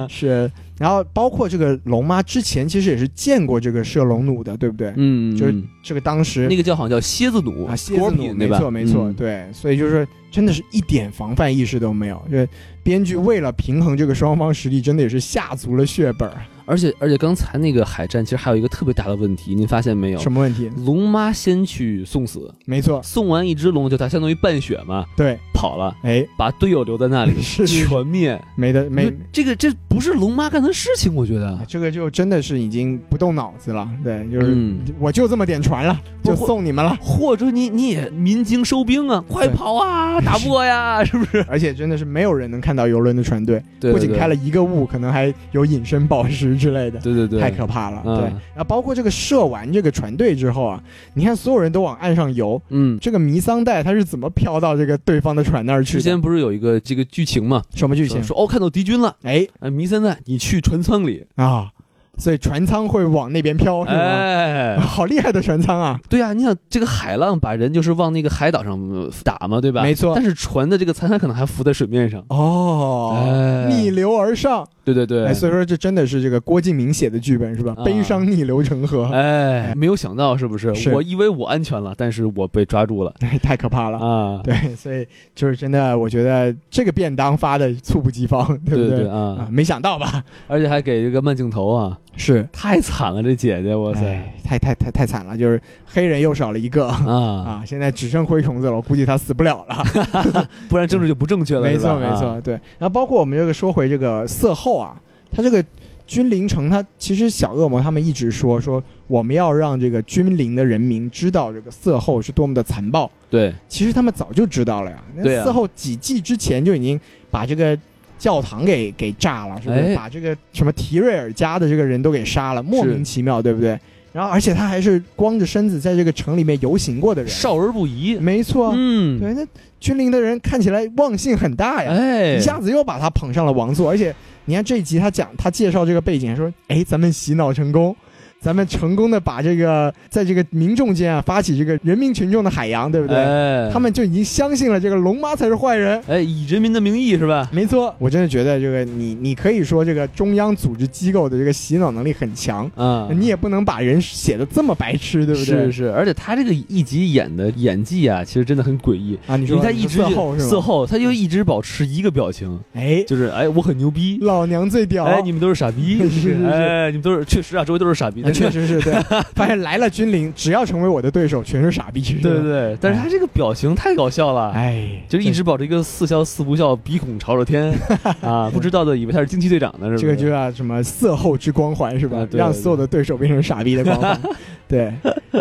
是。然后包括这个龙妈之前其实也是见过这个射龙弩的，对不对？ 嗯，就是嗯这个当时那个叫好像叫蝎子弩啊，蝎子弩， Scorpion，没对吧错没错，嗯对，所以就是说真的是一点防范意识都没有。这编剧为了平衡这个双方实力，真的也是下足了血本儿。而且而且刚才那个海战其实还有一个特别大的问题，您发现没有？什么问题？龙妈先去送死，没错，送完一只龙就他相当于半血嘛，对，跑了，哎，把队友留在那里嗯是 是全灭。没得没哎就，这个这不是龙妈干的事情，我觉得。这个就真的是已经不动脑子了。对，就是嗯我就这么点船了，不就过送你们了。或者你你也鸣金收兵啊，快跑 啊，打不过呀，是不是？而且真的是没有人能看到游轮的船队，对不仅开了，一个雾，可能还有隐身宝石之类的。对对对，太可怕了，嗯对。然后包括这个射完这个船队之后啊，你看所有人都往岸上游，嗯。这个迷桑带它是怎么飘到这个对方的船那儿去之的？前不是有一个这个剧情嘛？什么剧情？说哦，看到敌军了，哎哎，弥三代，你去船舱里。啊，所以船舱会往那边飘，哦是吗？哦哎，好厉害的船舱啊！对啊，你想这个海浪把人就是往那个海岛上呃打嘛，对吧？没错但是船的这个残骸可能还浮在水面上。哦，哎，逆流而上，对对对哎，，所以说这真的是这个郭敬明写的剧本是吧？啊悲伤逆流成河，哎，没有想到是不是？是我以为我安全了，但是我被抓住了哎太可怕了。啊！对，所以就是真的，我觉得这个便当发的猝不及防，对对不对啊啊，，没想到吧？而且还给这个慢镜头啊，是，太惨了，这姐姐，哇塞！哎，太太太太惨了，就是黑人又少了一个啊，啊，现在只剩灰虫子了，我估计他死不了了。不然政治就不正确了。没是吧错，没。啊错，对。然后包括我们这个说回这个色后啊，他这个君临城，他其实小恶魔他们一直说说我们要让这个君临的人民知道这个色后是多么的残暴，对，其实他们早就知道了呀。那对啊色后几季之前就已经把这个。教堂给给炸了，是不是？哎把这个什么提瑞尔家的这个人都给杀了，莫是名其妙，对不对？然后，而且他还是光着身子在这个城里面游行过的人，少儿不宜。没错，啊嗯，对，那君临的人看起来忘性很大呀，哎，一下子又把他捧上了王座。而且你看这一集他讲他介绍这个背景，说哎，咱们洗脑成功，咱们成功的把这个在这个民众间啊发起这个人民群众的海洋，对不对？哎，他们就已经相信了这个龙妈才是坏人。哎，以人民的名义是吧？没错，我真的觉得这个你你可以说这个中央组织机构的这个洗脑能力很强，啊，你也不能把人写的这么白痴，对不对？是是，而且他这个一集演的演技啊，其实真的很诡异。啊，你你说看他一直色后就是吗？色后，他就一直保持一个表情，哎，就是哎，我很牛逼。老娘最屌。啊哎，你们都是傻逼！ 是是是哎，你们都是确实啊，周围都是傻逼。那确，实是 对，发现来了君临，只要成为我的对手，全是傻逼。是吧对对，对。但是他这个表情太搞笑了，哎，就是一直保持一个似笑似不笑，鼻孔朝着 天啊，不知道的以为他是惊奇队长呢，是不这是？这个就叫什么色后之光环是吧啊？对让所有的对手变成傻逼的光 环。对，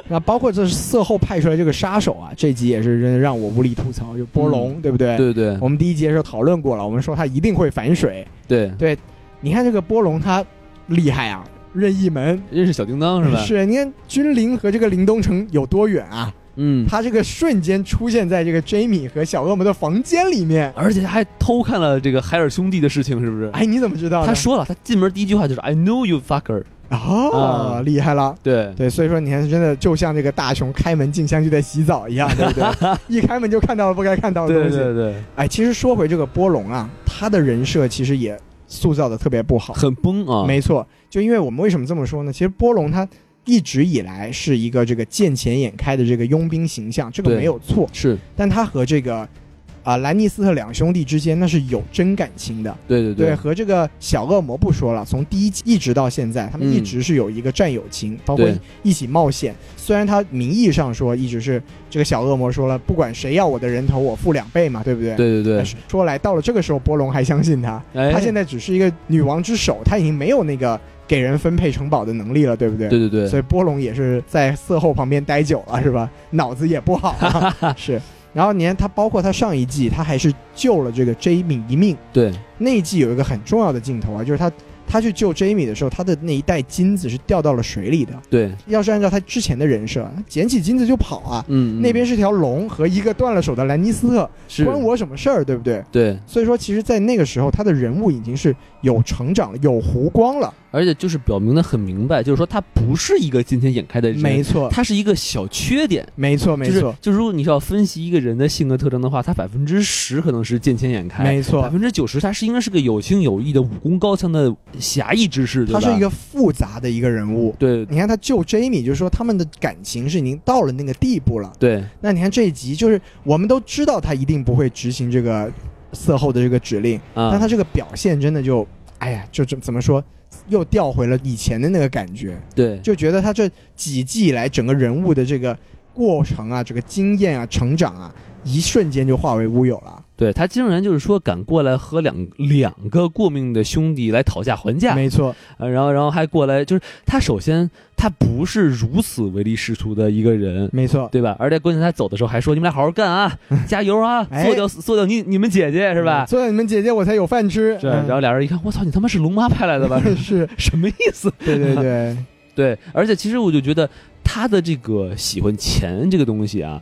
那包括这色后派出来这个杀手啊，这集也是真的让我无力吐槽，就波龙，对不对？嗯对对我们第一集的时候讨论过了，我们说他一定会反水。对，你看这个波龙他厉害啊，任意门认识小叮当是吧？是，你看君临和这个林东城有多远啊？嗯，他这个瞬间出现在这个 Jamie 和小恶魔的房间里面。而且他还偷看了这个海尔兄弟的事情，是不是？哎，你怎么知道呢？他说了，他进门第一句话就是 “I know you fucker”。哦，啊厉害了。对，对，所以说你看，真的就像这个大熊开门进香就在洗澡一样，对不 对？一开门就看到了不该看到的东对西。对对，哎，其实说回这个波龙啊，他的人设其实也塑造的特别不好。很崩啊。没错，就因为我们为什么这么说呢？其实波龙他一直以来是一个这个见钱眼开的这个佣兵形象，这个对没有错。是，但他和这个啊、兰尼斯特两兄弟之间那是有真感情的。对对对，和这个小恶魔不说了，从第一季一直到现在，他们嗯一直是有一个战友情，包括对一起冒险。虽然他名义上说一直是这个小恶魔说了，不管谁要我的人头，我付两倍嘛，对不对？。对对对但，是说来到了这个时候，波隆还相信他，哎，他现在只是一个女王之首，他已经没有那个给人分配城堡的能力了，对不对？对对对，所以波隆也是在色后旁边待久了，是吧？脑子也不好、 啊，是。然后你看他，包括他上一季，他还是救了这个 Jamie 一命。对那一季有一个很重要的镜头啊，就是他他去救 Jamie 的时候，他的那一袋金子是掉到了水里的。对，要是按照他之前的人设，他捡起金子就跑啊，嗯，嗯那边是条龙和一个断了手的兰尼斯特，是关我什么事儿，对不对？对，所以说，其实，在那个时候，他的人物已经是有成长了，有弧光了。而且就是表明的很明白，就是说他不是一个今天眼开的人，没错，他是一个小缺点。没错，没就错是，就是如果你是要分析一个人的性格特征的话，他百分之十可能是见钱眼开，没百错，分之九十他是应该是个有情有义的武功高强的侠义之士，对他吧是一个嗯复杂的一个人物。对你看他救 Jamie，就是说他们的感情是已经到了那个地步了。对那你看这一集，就是我们都知道他一定不会执行这个色后的这个指令，啊但他这个表现真的就，哎呀，就怎怎么说，又调回了以前的那个感觉，对就觉得他这几季以来整个人物的这个过程啊，这个经验啊，成长啊，一瞬间就化为乌有了。对，他竟然就是说敢过来和两两个过命的兄弟来讨价还价，没错，呃然后然后还过来，就是他首先他不是如此唯利是图的一个人，没错，对吧？而且关键他走的时候还说：“你们俩好好 干啊，加油啊，哎做掉做掉你你们姐姐是吧所以你们姐姐我才有饭吃。？”是，啊然后俩人一看，我操，你他妈是龙妈派 来的吧？嗯是，什么意思？对对对， 对，而且其实我就觉得他的这个喜欢钱这个东西啊，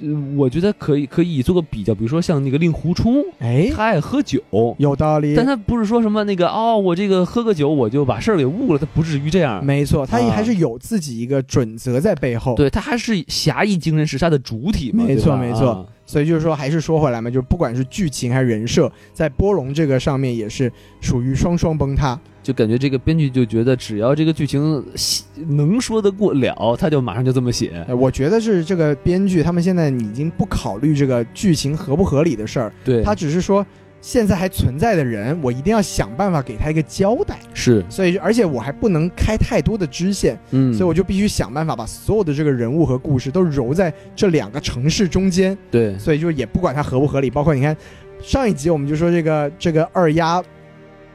呃我觉得可以可以做个比较，比如说像那个令狐冲，哎，他爱喝酒。有道理。但他不是说什么那个哦，我这个喝个酒我就把事儿给误了，他不至于这样。没错，他也啊还是有自己一个准则在背后。对他还是侠义精神是他的主体嘛，没对错吧没错啊所以就是说，还是说回来嘛，就是不管是剧情还是人设，在波龙这个上面也是属于双双崩塌。就感觉这个编剧就觉得，只要这个剧情写能说得过了，他就马上就这么写。呃我觉得是这个编剧他们现在已经不考虑这个剧情合不合理的事儿，对，他只是说现在还存在的人，我一定要想办法给他一个交代。是，所以，而且我还不能开太多的支线，嗯，所以我就必须想办法把所有的这个人物和故事都揉在这两个城市中间。对所以就是也不管它合不合理，包括你看上一集我们就说这个这个二丫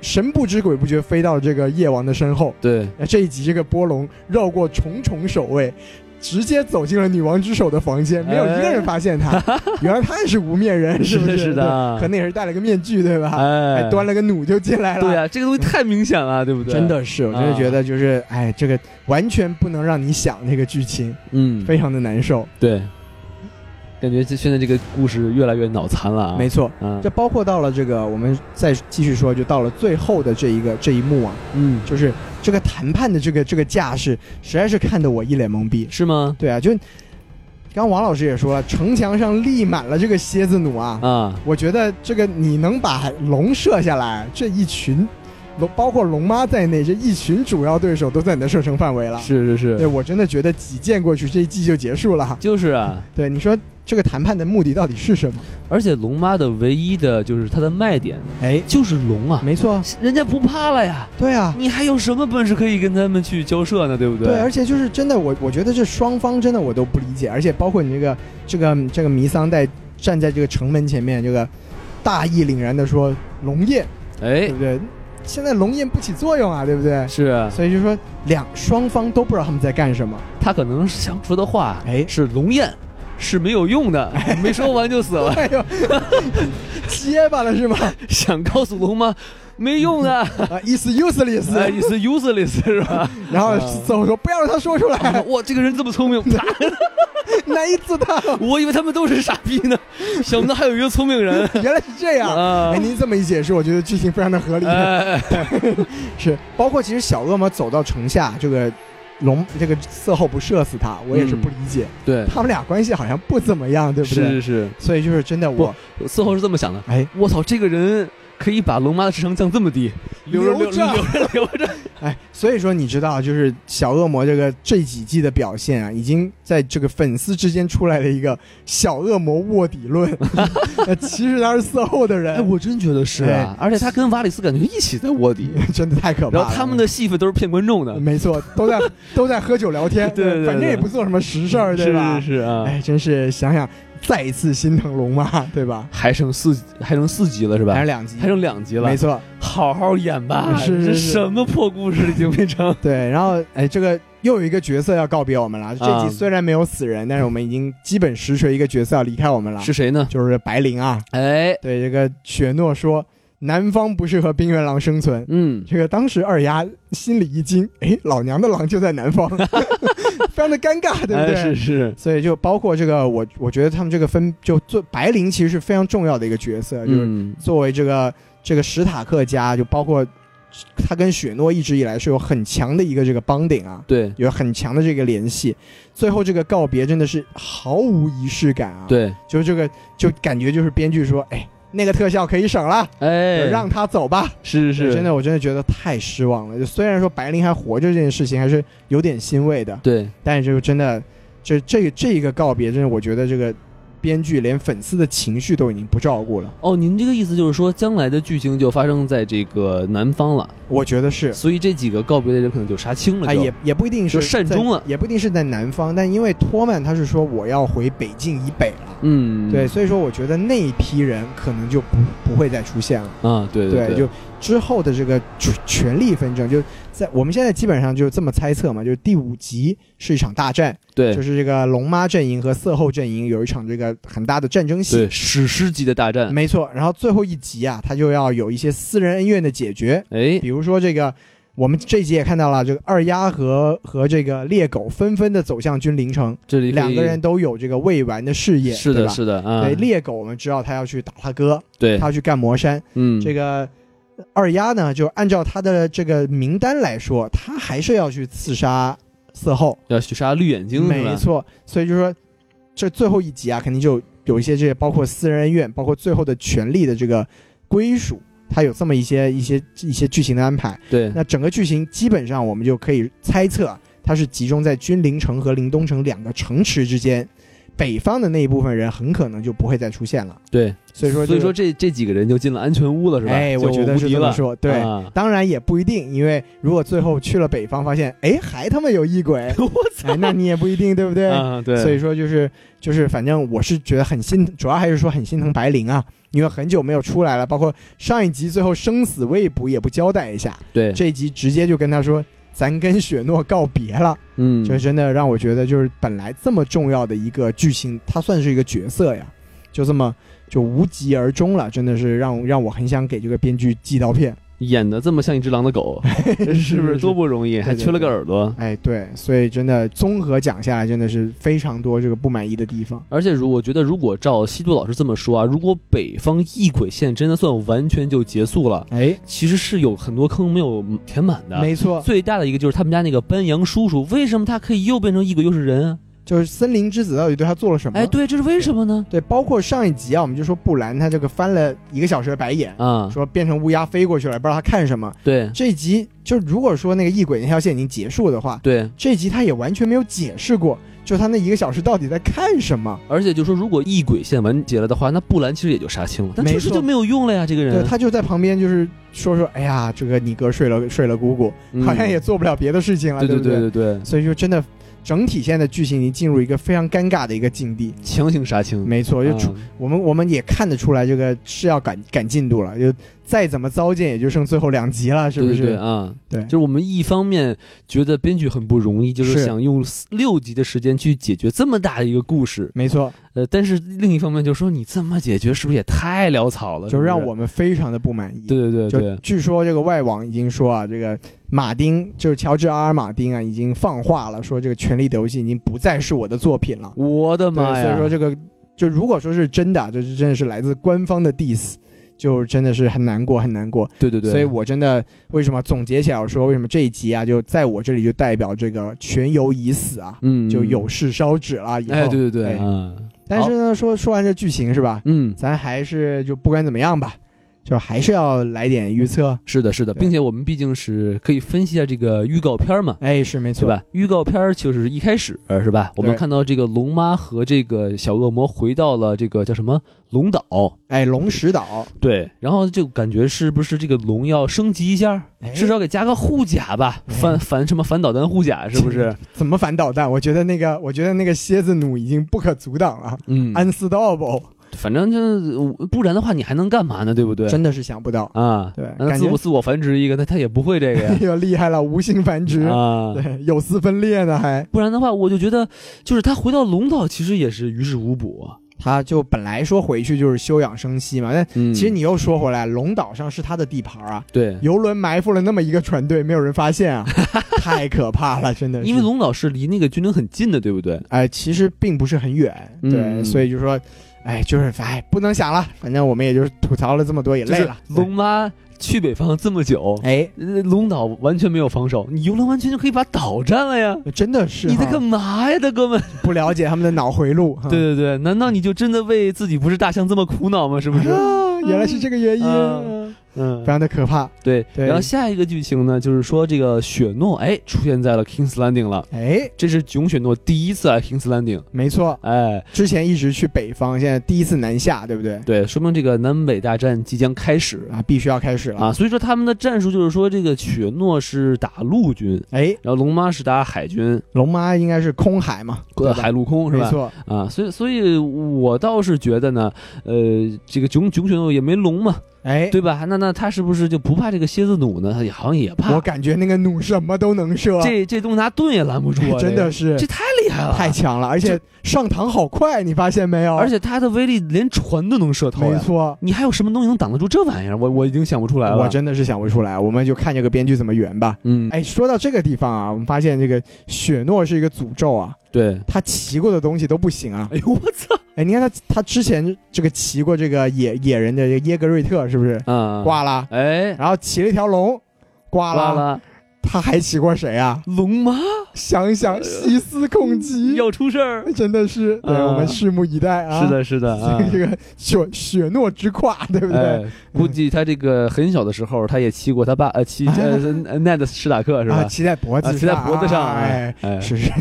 神不知鬼不觉飞到这个夜王的身后，对那这一集这个波龙绕过重重守卫。直接走进了女王之手的房间，哎没有一个人发现 他。原来他也是无面人， 是不的是的啊对可能也是戴了个面具，对吧？哎还端了个弩就进来了。对啊，这个东西太明显了，对不对？真，的是，我真的啊觉得就是，哎，这个完全不能让你想那个剧情，嗯，非常的难受。对，感觉这现在这个故事越来越脑残了啊。没错，啊，这包括到了这个，我们再继续说，就到了最后的这一个这一幕啊，嗯，就是这个谈判的这个这个架势，实在是看得我一脸懵逼。是吗？对啊，就刚王老师也说了，城墙上立满了这个蝎子弩啊。啊，我觉得这个你能把龙射下来，这一群龙，包括龙妈在内，这一群主要对手都在你的射程范围了。是是嗯对是，我真的觉得几剑过去，这一季就结束了。就是啊。对，你说这个谈判的目的到底是什么？而且龙妈的唯一的就是它的卖点哎，就是龙啊，没错，人家不怕了呀，对啊。你还有什么本事可以跟他们去交涉呢？对不对？对，而且就是真的，我我觉得这双方真的我都不理解，而且包括你这个这个这个弥桑代站在这个城门前面，这个大义凛然的说龙焰，对哎，不对？现在龙焰不起作用啊，对不对？是啊，所以就说两双方都不知道他们在干什么。 他可能想说的话，哎是龙焰是没有 用的，没说完就死了。哎呦，结巴了是吗？ 想告诉龙妈，没用的，啊，is useless， 哎你 是 useless 是吧？然后啊最后说不要让他说出来， 哇，这个人这么聪明，啪难以自大，我以为他们都是傻逼 呢，想不到还有一个聪明 人 原来是这样。啊哎，！您这么一解释，我觉得剧情非常的合理。 哎，是，包括其实小恶魔走到城下，这个龙这个色后不射死他，我也是不理解。嗯对，他们俩关系好像不怎么样，对不对？是是所以就是真的我，是，事后是这么想的，哎我操，这个人可以把龙妈的智商降这么低，留着留留着留着留着，哎，所以说你知道，就是小恶魔这个这几季的表现啊，已经在这个粉丝之间出来了一个小恶魔卧底 论，呃其实他是色后的人，哎，我真觉得是 啊，而且他跟瓦里斯感觉一起在卧底， 真的太可怕 然了。后他们的戏份都是骗观众的，没错，都在都在喝酒聊天， 对对对反正也不做什么实事儿，对吧？是是是啊，哎，真是想想再一次心疼龙妈， 对吧？还剩四还剩四集了是吧还？是两集，还剩两集了没，错，好好演吧，是是这是什么破故事已经变成 对。然后哎，这个又有一个角色要告别我们了。这集啊虽然没有死人，但是我们已经基本实锤一个角色要离开我们了，是谁呢？就是白灵啊。哎，对这个雪诺说，南方不适合冰原狼生存。嗯，这个当时二丫心里一惊，哎，老娘的狼就在南方， 非常的尴尬，对不对？啊哎是是，所以就包括这个，我我觉得他们这个分就做白灵其实是非常重要的一个角色，就是嗯，作为这个这个史塔克家，就包括他跟雪诺一直以来是有很强的一个这个 bonding 啊，对有很强的这个联系。最后这个告别真的是毫无仪式感啊，，对，就是这个就感觉就是编剧说，哎，那个特效可以省了，哎，就让他走吧。是是真的，我真的觉得太失望了。就虽然说白灵还活着这件事情还是有点欣慰的，对，但是就真的，这这这一个告别，真的我觉得这个编剧连粉丝的情绪都已经不照顾了。哦，您这个意思就是说，将来的剧情就发生在这个南方了，我觉得是，所以这几个告别的人可能就杀青了，哎，就也也不一定是就善在终了也不一定是在南方，但因为托曼他是说我要回北境以北了，嗯，对，所以说我觉得那一批人可能就不不会再出现了。啊，对对，就之后的这个权权力纷争，就在我们现在基本上就这么猜测嘛，就是第五集是一场大战，对就是这个龙妈阵营和色后阵营有一场这个很大的战争戏对，史诗级的大战，没错，然后最后一集啊，他就要有一些私人恩怨的解决，哎，比如说这个，我们这集也看到了，这个二丫和和这个猎狗纷纷的走向君临城，这里可以两个人都有这个未完的事业，是对的，吧？是的啊，对猎狗，我们知道他要去打他哥，对他，要去干魔山。嗯，这个二丫呢，就按照他的这个名单来说，他还是要去刺杀色后，要去杀绿眼睛是没吧？错。所以就说，这最后一集啊，肯定就有一些这些包括私人恩怨，包括最后的权力的这个归属，它有这么一些一些一些剧情的安排。对，那整个剧情基本上我们就可以猜测，它是集中在君临城和临冬城两个城池之间。北方的那一部分人很可能就不会再出现了，对，所以说、所以说，这这几个人就进了安全屋了是吧？哎，就我觉得无是敌这么了，说，对， 啊，当然也不一定，因为如果最后去了北方，发现哎还他妈有异鬼 我操哎，那你也不一定，对不对？啊，对，所以说就是就是，反正我是觉得很心，主要还是说很心疼白灵啊，因为很久没有出来了，包括上一集最后生死未卜也不交代一下，对，这一集直接就跟他说。咱跟雪诺告别了，嗯，这真的让我觉得，就是本来这么重要的一个剧情，他算是一个角色呀，就这么就无疾而终了，真的是让让我很想给这个编剧寄刀片。演的这么像一只狼的 狗，是不是是是多不容易？还对缺了个耳朵。哎，对，所以真的综合讲下来，真的是非常多这个不满意的地方。而且如我觉得，如果照西渡老师这么说啊，如果北方异鬼线真的算完全就结束了，哎，其实是有很多坑没有填满的。没错，最大的一个就是他们家那个班扬叔叔，为什么他可以又变成异鬼又是人啊？就是森林之子到底对他做了什么？哎，对，这是为什么呢？对包括上一集啊，我们就说布兰他这个翻了一个小时的白眼，啊，说变成乌鸦飞过去了，不知道他看什么。对这一集就是如果说那个异鬼那条线已经结束的话，对，这一集他也完全没有解释过，就他那一个小时到底在看什么。而且就说如果异鬼线完结了的话，那布兰其实也就杀青了，但没确实错就没有用了呀，这个对人。他就在旁边就是说说，哎呀，这个你哥睡了睡了姑姑，嗯好像也做不了别的事情了，啊对不对对对，所以就真的整体现在剧情已经进入一个非常尴尬的一个境地。强行杀青。没错，就出、嗯啊我们我们也看得出来，这个是要赶赶进度了，就再怎么糟践，也就剩最后两集了，是不对对对是？啊？对就是我们一方面觉得编剧很不容易，就是是想用四六集的时间去解决这么大的一个故事，没错，呃，但是另一方面就说你这么解决是不是也太潦草了？就是不让我们非常的不满意。对对对就对，据说这个外网已经说啊，这个马丁就是乔治 R R 马丁啊，已经放话了，说这个《权力的游戏》已经不再是我的作品了。我的对妈，呀！所以说这个就如果说是真的啊，这是真的是来自官方的 diss，就真的是很难过，很难过。对对对，所以我真的为什么总结起来我说，为什么这一集啊，就在我这里就代表这个全游已死啊，嗯就有事烧纸了。以后，哎，对对对，哎嗯但是呢，说说完这剧情是吧？嗯，咱还是就不管怎么样吧，就还是要来点预测。是的，是的，对并且我们毕竟是可以分析一下这个预告片嘛。哎，是没是错，吧？预告片儿就是一开始呃是吧？我们对看到这个龙妈和这个小恶魔回到了这个叫什么龙岛，哎，龙石岛，对，然后就感觉是不是这个龙要升级一下，哎至少给加个护甲吧，哎反反什么反导弹护甲是不是？ 怎么反导弹？我觉得那个，我觉得那个蝎子弩已经不可阻挡了、嗯， u n s t o p a b l e 反正就是不然的话你还能干嘛呢？对不对？真的是想不到，啊，对那感自觉我自我繁殖一个，那他也不会这个 哎呦，厉害了，无性繁殖，呀啊，对，有丝分裂呢还。不然的话，我就觉得，就是他回到龙岛其实也是于事无补。啊他就本来说回去就是休养生息嘛，但嗯其实你又说回来，龙岛上是他的地盘啊，对，游轮埋伏了那么一个船队，没有人发现 啊，太可怕了，真的是。因为龙岛是离那个军营很近的，对不对？哎，其实并不是很远，对，嗯所以就说，哎，就是哎，不能想了，反正我们也就是吐槽了这么多，也就累是了。龙妈去北方这么久，哎，呃龙岛完全没有防守，你游轮完全就可以把岛占了呀！真的是你在哈嗯干嘛呀，大哥们？不了解他们的脑回路，哈对对对，难道你就真的为自己不是大象这么苦恼吗？是不是？啊，原来是这个原因，嗯嗯非，常的可怕。对。对然后下一个剧情呢，就是说这个雪诺哎出现在了 King's Landing 了，哎，这是囧雪诺第一次来 King's Landing，没错，哎，之前一直去北方，现在第一次南下，对不对？对，说明这个南北大战即将开始啊，必须要开始了。啊。所以说他们的战术就是说，这个雪诺是打陆军，哎，然后龙妈是打海军，龙妈应该是空海嘛，对呃，吧海陆空是没吧？错，啊，所以所以我倒是觉得呢，呃，这个囧囧雪诺也没龙嘛，哎，对吧？那那他是不是就不怕这个蝎子弩呢？他也好像也怕我，感觉那个弩什么都能射，哎这这东西拿盾也拦 不住啊，真的是这，这太厉害了，太强了，而且上膛好快，你发现没有？而且它的威力连船都能射透没呀。错，你还有什么东西能挡得住这玩意儿？我我已经想不出来了。我真的是想不出来，我们就看这个编剧怎么圆吧。嗯，哎，说到这个地方啊，我们发现这个雪诺是一个诅咒啊，对，他骑过的东西都不行啊。哎呦我操哎，你看他他之前这个骑过这个野野人的这个耶格瑞特是不是啊！挂啦？哎，然后骑了一条龙，挂挂啦。了，他还骑过谁啊？龙妈想想细思恐极，要出事儿。真的是，对啊我们拭目以待嗯啊。哎是。的，是的啊。 这个雪雪诺之胯，对不对？哎，估计他这个很小的时候，他也骑过他爸，呃，骑呃 Ned 史塔克是啊，吧？骑在脖子啊，上，骑在脖子上啊，哎，哎， 是是，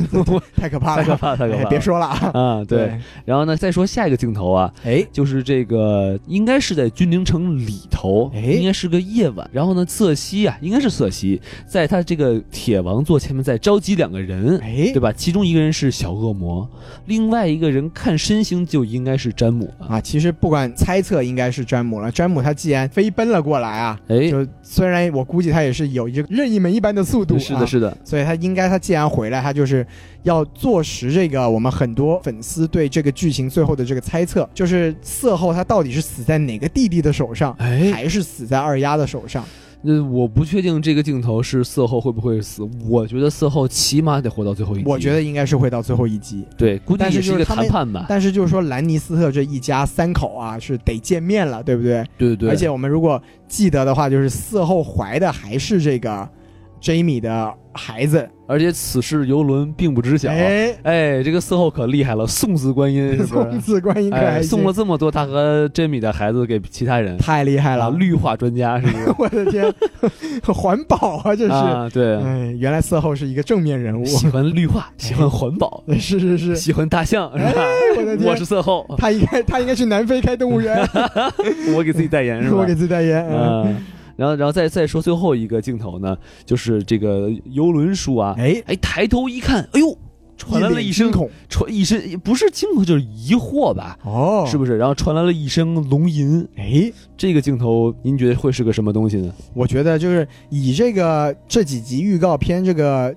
太可怕太了，可怕，太可哎怕，别说了啊，啊，对。，然后呢，再说下一个镜头啊，哎，就是这个应该是在君临城里头，哎应该是个夜晚。然后呢，瑟西啊，应该是瑟西，在他这个铁王座前面在召集两个人，哎对，吧？其中一个人是小恶魔，另外一个人看身形就应该是詹姆了。啊，其实不管猜测，应该是詹姆了。詹姆他既然飞奔了过来啊，哎，就虽然我估计他也是有一个任意门一般的速度、啊，是的，，是的，所以他应该他既然回来，他就是要坐实这个我们很多粉丝对这个剧情最后的这个猜测，就是色后他到底是死在哪个弟弟的手上，哎，还是死在二丫的手上？那我不确定这个镜头是色后会不会死，我觉得色后起码得活到最后一集。我觉得应该是会到最后一集。对，估计但是也一就个是他谈们判吧。但是就是说，兰尼斯特这一家三口啊，是得见面了，对不对？对对对，而且我们如果记得的话，就是嗣后怀的还是这个 Jamie 的孩子。而且此事游轮并不知晓。哎哎，这个色后可厉害了，送子观音是不送是？子观音可还哎，行送了这么多他和珍米的孩子给其他人，太厉害啊 了，绿化专家是不是？我的天，环保啊， 这是。啊，对，哎，原来嗣后是一个正面人物。喜欢绿化，喜欢环保，是是哎是，哎喜欢大象是吧？我的天我是色后，他应该他应该去南非开动物园，我给自己代言是哎吧？我给自己代言。嗯嗯，然后然后再再说最后一个镜头呢，就是这个游轮叔啊，哎，哎，抬头一看，哎呦，传来了一声脸惊恐，传一身不是惊恐就是疑惑吧，哦是不是？然后传来了一声龙吟，哎，这个镜头您觉得会是个什么东西呢？我觉得就是以这个这几集预告片这个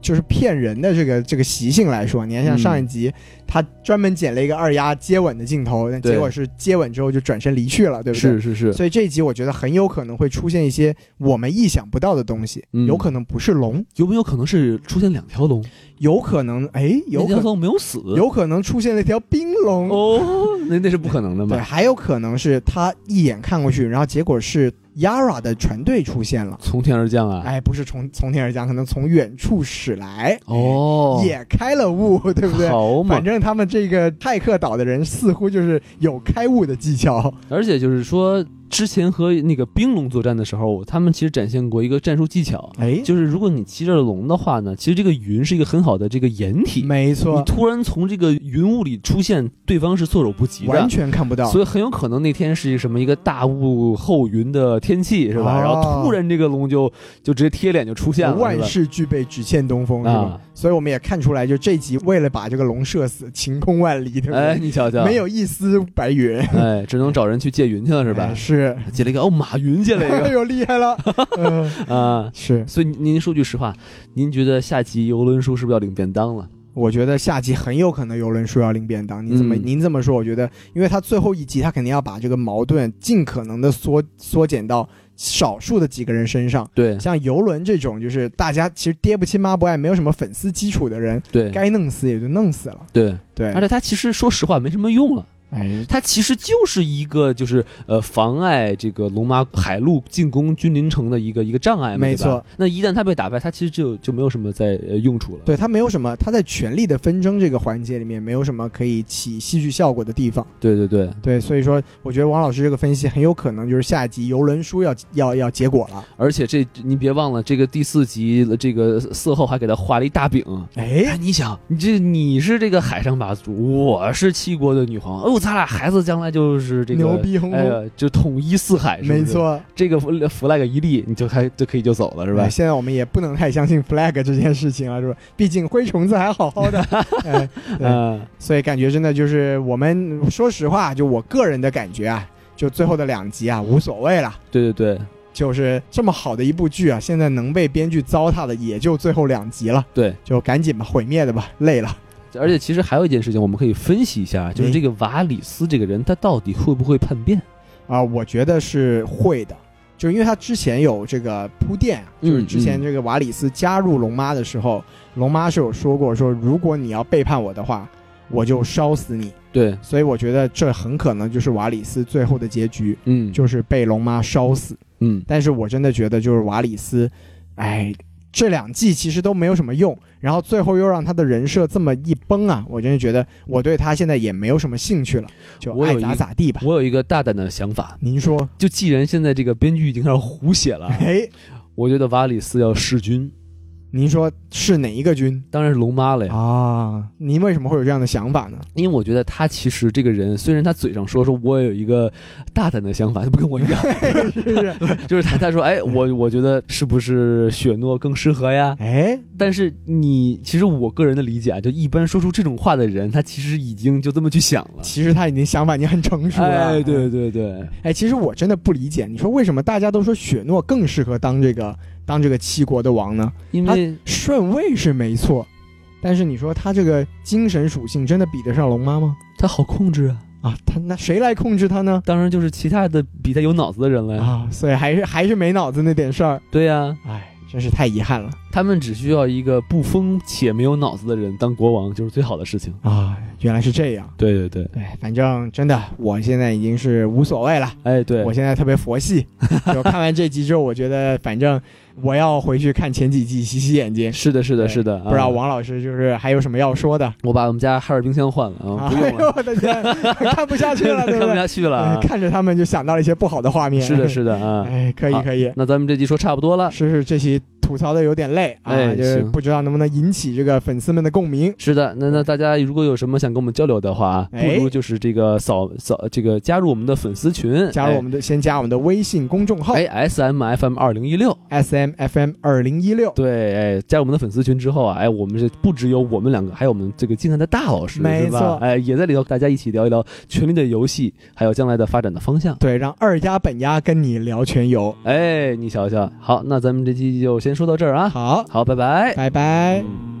就是骗人的这个这个习性来说，你看像上一集、他专门剪了一个二丫接吻的镜头，但对结果是接吻之后就转身离去了，对不对？是是是，所以这一集我觉得很有可能会出现一些我们意想不到的东西，嗯有可能不是龙，有没有可能是出现两条龙？有可能哎，有可那条能龙没有死？有可能出现了一条冰龙，哦， 那那是不可能的对，嘛。还有可能是他一眼看过去，然后结果是 Yara 的船队出现了。从天而降啊！哎，不是从从天而降，可能从远处驶来，哦，也开了悟，对不对？好嘛反！正他们这个骇客岛的人似乎就是有开悟的技巧，而且就是说，之前和那个冰龙作战的时候，他们其实展现过一个战术技巧，哎，就是如果你骑着龙的话呢，其实这个云是一个很好的这个掩体，没你错，突然从这个云雾里出现，对方是措手不及的，完全看不到，所以很有可能那天是一个什么一个大雾后云的天气是吧？哦然后突然这个龙就就直接贴脸就出现了，万是事俱备，只欠东风，是吧？啊所以我们也看出来，就这集为了把这个龙射死，晴空万里，对不吧？对？哎，你瞧瞧，没有一丝白云，哎，只能找人去借云去了是吧？哎是，借了一个哦，马云借了一 哎呦，厉害 了，嗯个啊。是，所以您说句实话，您觉得下集游轮叔是不是要领便当了？我觉得下集很有可能游轮说要领便当。你怎么、嗯您这么说？我觉得，因为他最后一集，他肯定要把这个矛盾尽可能的缩缩减到少数的几个人身上。对像游轮这种，就是大家其实爹不亲妈不爱，没有什么粉丝基础的人，对该弄死也就弄死了。对，对而，且他其实说实话没什么用了。哎，它其实就是一个就是呃妨碍这个龙马海陆进攻君临城的一个一个障碍嘛，没对吧错。那一旦它被打败，它其实就就没有什么在呃用处了。对他没有什么，他在权力的纷争这个环节里面没有什么可以起戏剧效果的地方。对对对，对，所以说，我觉得王老师这个分析很有可能就是下一集游轮书要要要结果了。而且这你别忘了，这个第四集呃这个色后还给他画了一大饼。哎，哎，你想，你这你是这个海上霸主，我是七国的女皇，哦，咱俩孩子将来就是这个牛逼 哄哄哎呀，就统一四海，是不是哦没，错。这个 flag 一立，你就还就可以就走了，是吧哎？现在我们也不能太相信 flag 这件事情了，是吧？毕竟灰虫子还好好 的，哎，对嗯，所以感觉真的就是我们说实话，就我个人的感觉啊，就最后的两集啊，无所谓了。对对对就是这么好的一部剧啊，现在能被编剧糟蹋的也就最后两集了，对。就赶紧吧，毁灭的吧，累了。而且其实还有一件事情，我们可以分析一嗯下，就是这个瓦里斯这个人，他到底会不会叛变？啊，我觉得是会的，就是因为他之前有这个铺垫啊，就是嗯之前嗯这个瓦里斯加入龙妈的时候，龙妈是有说过说，如果你要背叛我的话，我就烧死你。对，所以我觉得这很可能就是瓦里斯最后的结局，嗯，就是被龙妈烧死。嗯，但是我真的觉得就是瓦里斯，哎，这两季其实都没有什么用，然后最后又让他的人设这么一崩啊，我真的觉得我对他现在也没有什么兴趣了，就我有爱一啊咋咋地吧。我有一个大胆的想法，您说，就既然现在这个编剧已经开始胡写了， 哎，我觉得瓦里斯要弑君，您说是哪一个军当然是龙妈了呀，啊？您为什么会有这样的想 法呢？ 因为我觉得他其实这个人，虽然他嘴上说说我有一个大胆的想法，他不跟我一样，是不是？就是他他说哎，我我觉得是不是雪诺更适合呀？哎，但是你其实我个人的理解啊，就一般说出这种话的人，他其实已经就这么去想了。其实他已经想法已经很成熟了。哎，对对对，哎，其实我真的不理解，你说为什么大家都说雪诺更适合当这个当这个七国的王呢？因他为顺位是没错，但是你说他这个精神属性真的比得上龙妈吗？他好控制啊。啊，他那谁来控制他呢？当然就是其他的比他有脑子的人了呀。啊，所以还是还是没脑子那点事儿，对呀、哎，真是太遗憾了他们只需要一个不疯且没有脑子的人当国王，就是最好的事情。啊！原来是这样，对对对，对，反正真的，我现在已经是无所谓了。哎对我，现在特别佛 系，就看完这集之后，我觉得反正我要回去看前几集洗洗眼睛。是的，是的，对是的。不知道啊王老师就是还有什么要说的？我把我们家哈尔冰箱换了啊，不哎用呦 了，我的天，看不下去了，对看不不对？下去了啊哎。 看着他们就想到了一些不好的画面。是的，是的啊。 哎，可以好可以，那咱们这集说差不多了，是是，这期吐槽的有点累啊，哎就是行不知道能不能引起这个粉丝们的共鸣。是的，那那大家如果有什么想跟我们交流的话，啊不嗯哎如就是这个扫扫这个加入我们的粉丝群，加入我们的，哦先加我们的微信公众号哎 S M F M 二零一六。 S M F M 二零一六，对，哎，加入我们的粉丝群之后啊，哎，我们是不只有我们两个，还有我们这个敬爱的大老师，没是吧错哎，也在里头，大家一起聊一聊《权力的游戏》，还有将来的发展的方向。对，让二丫本丫跟你聊全游。哎，你瞧瞧，好，那咱们这期就先说到这儿啊，好，好，拜拜。拜拜。嗯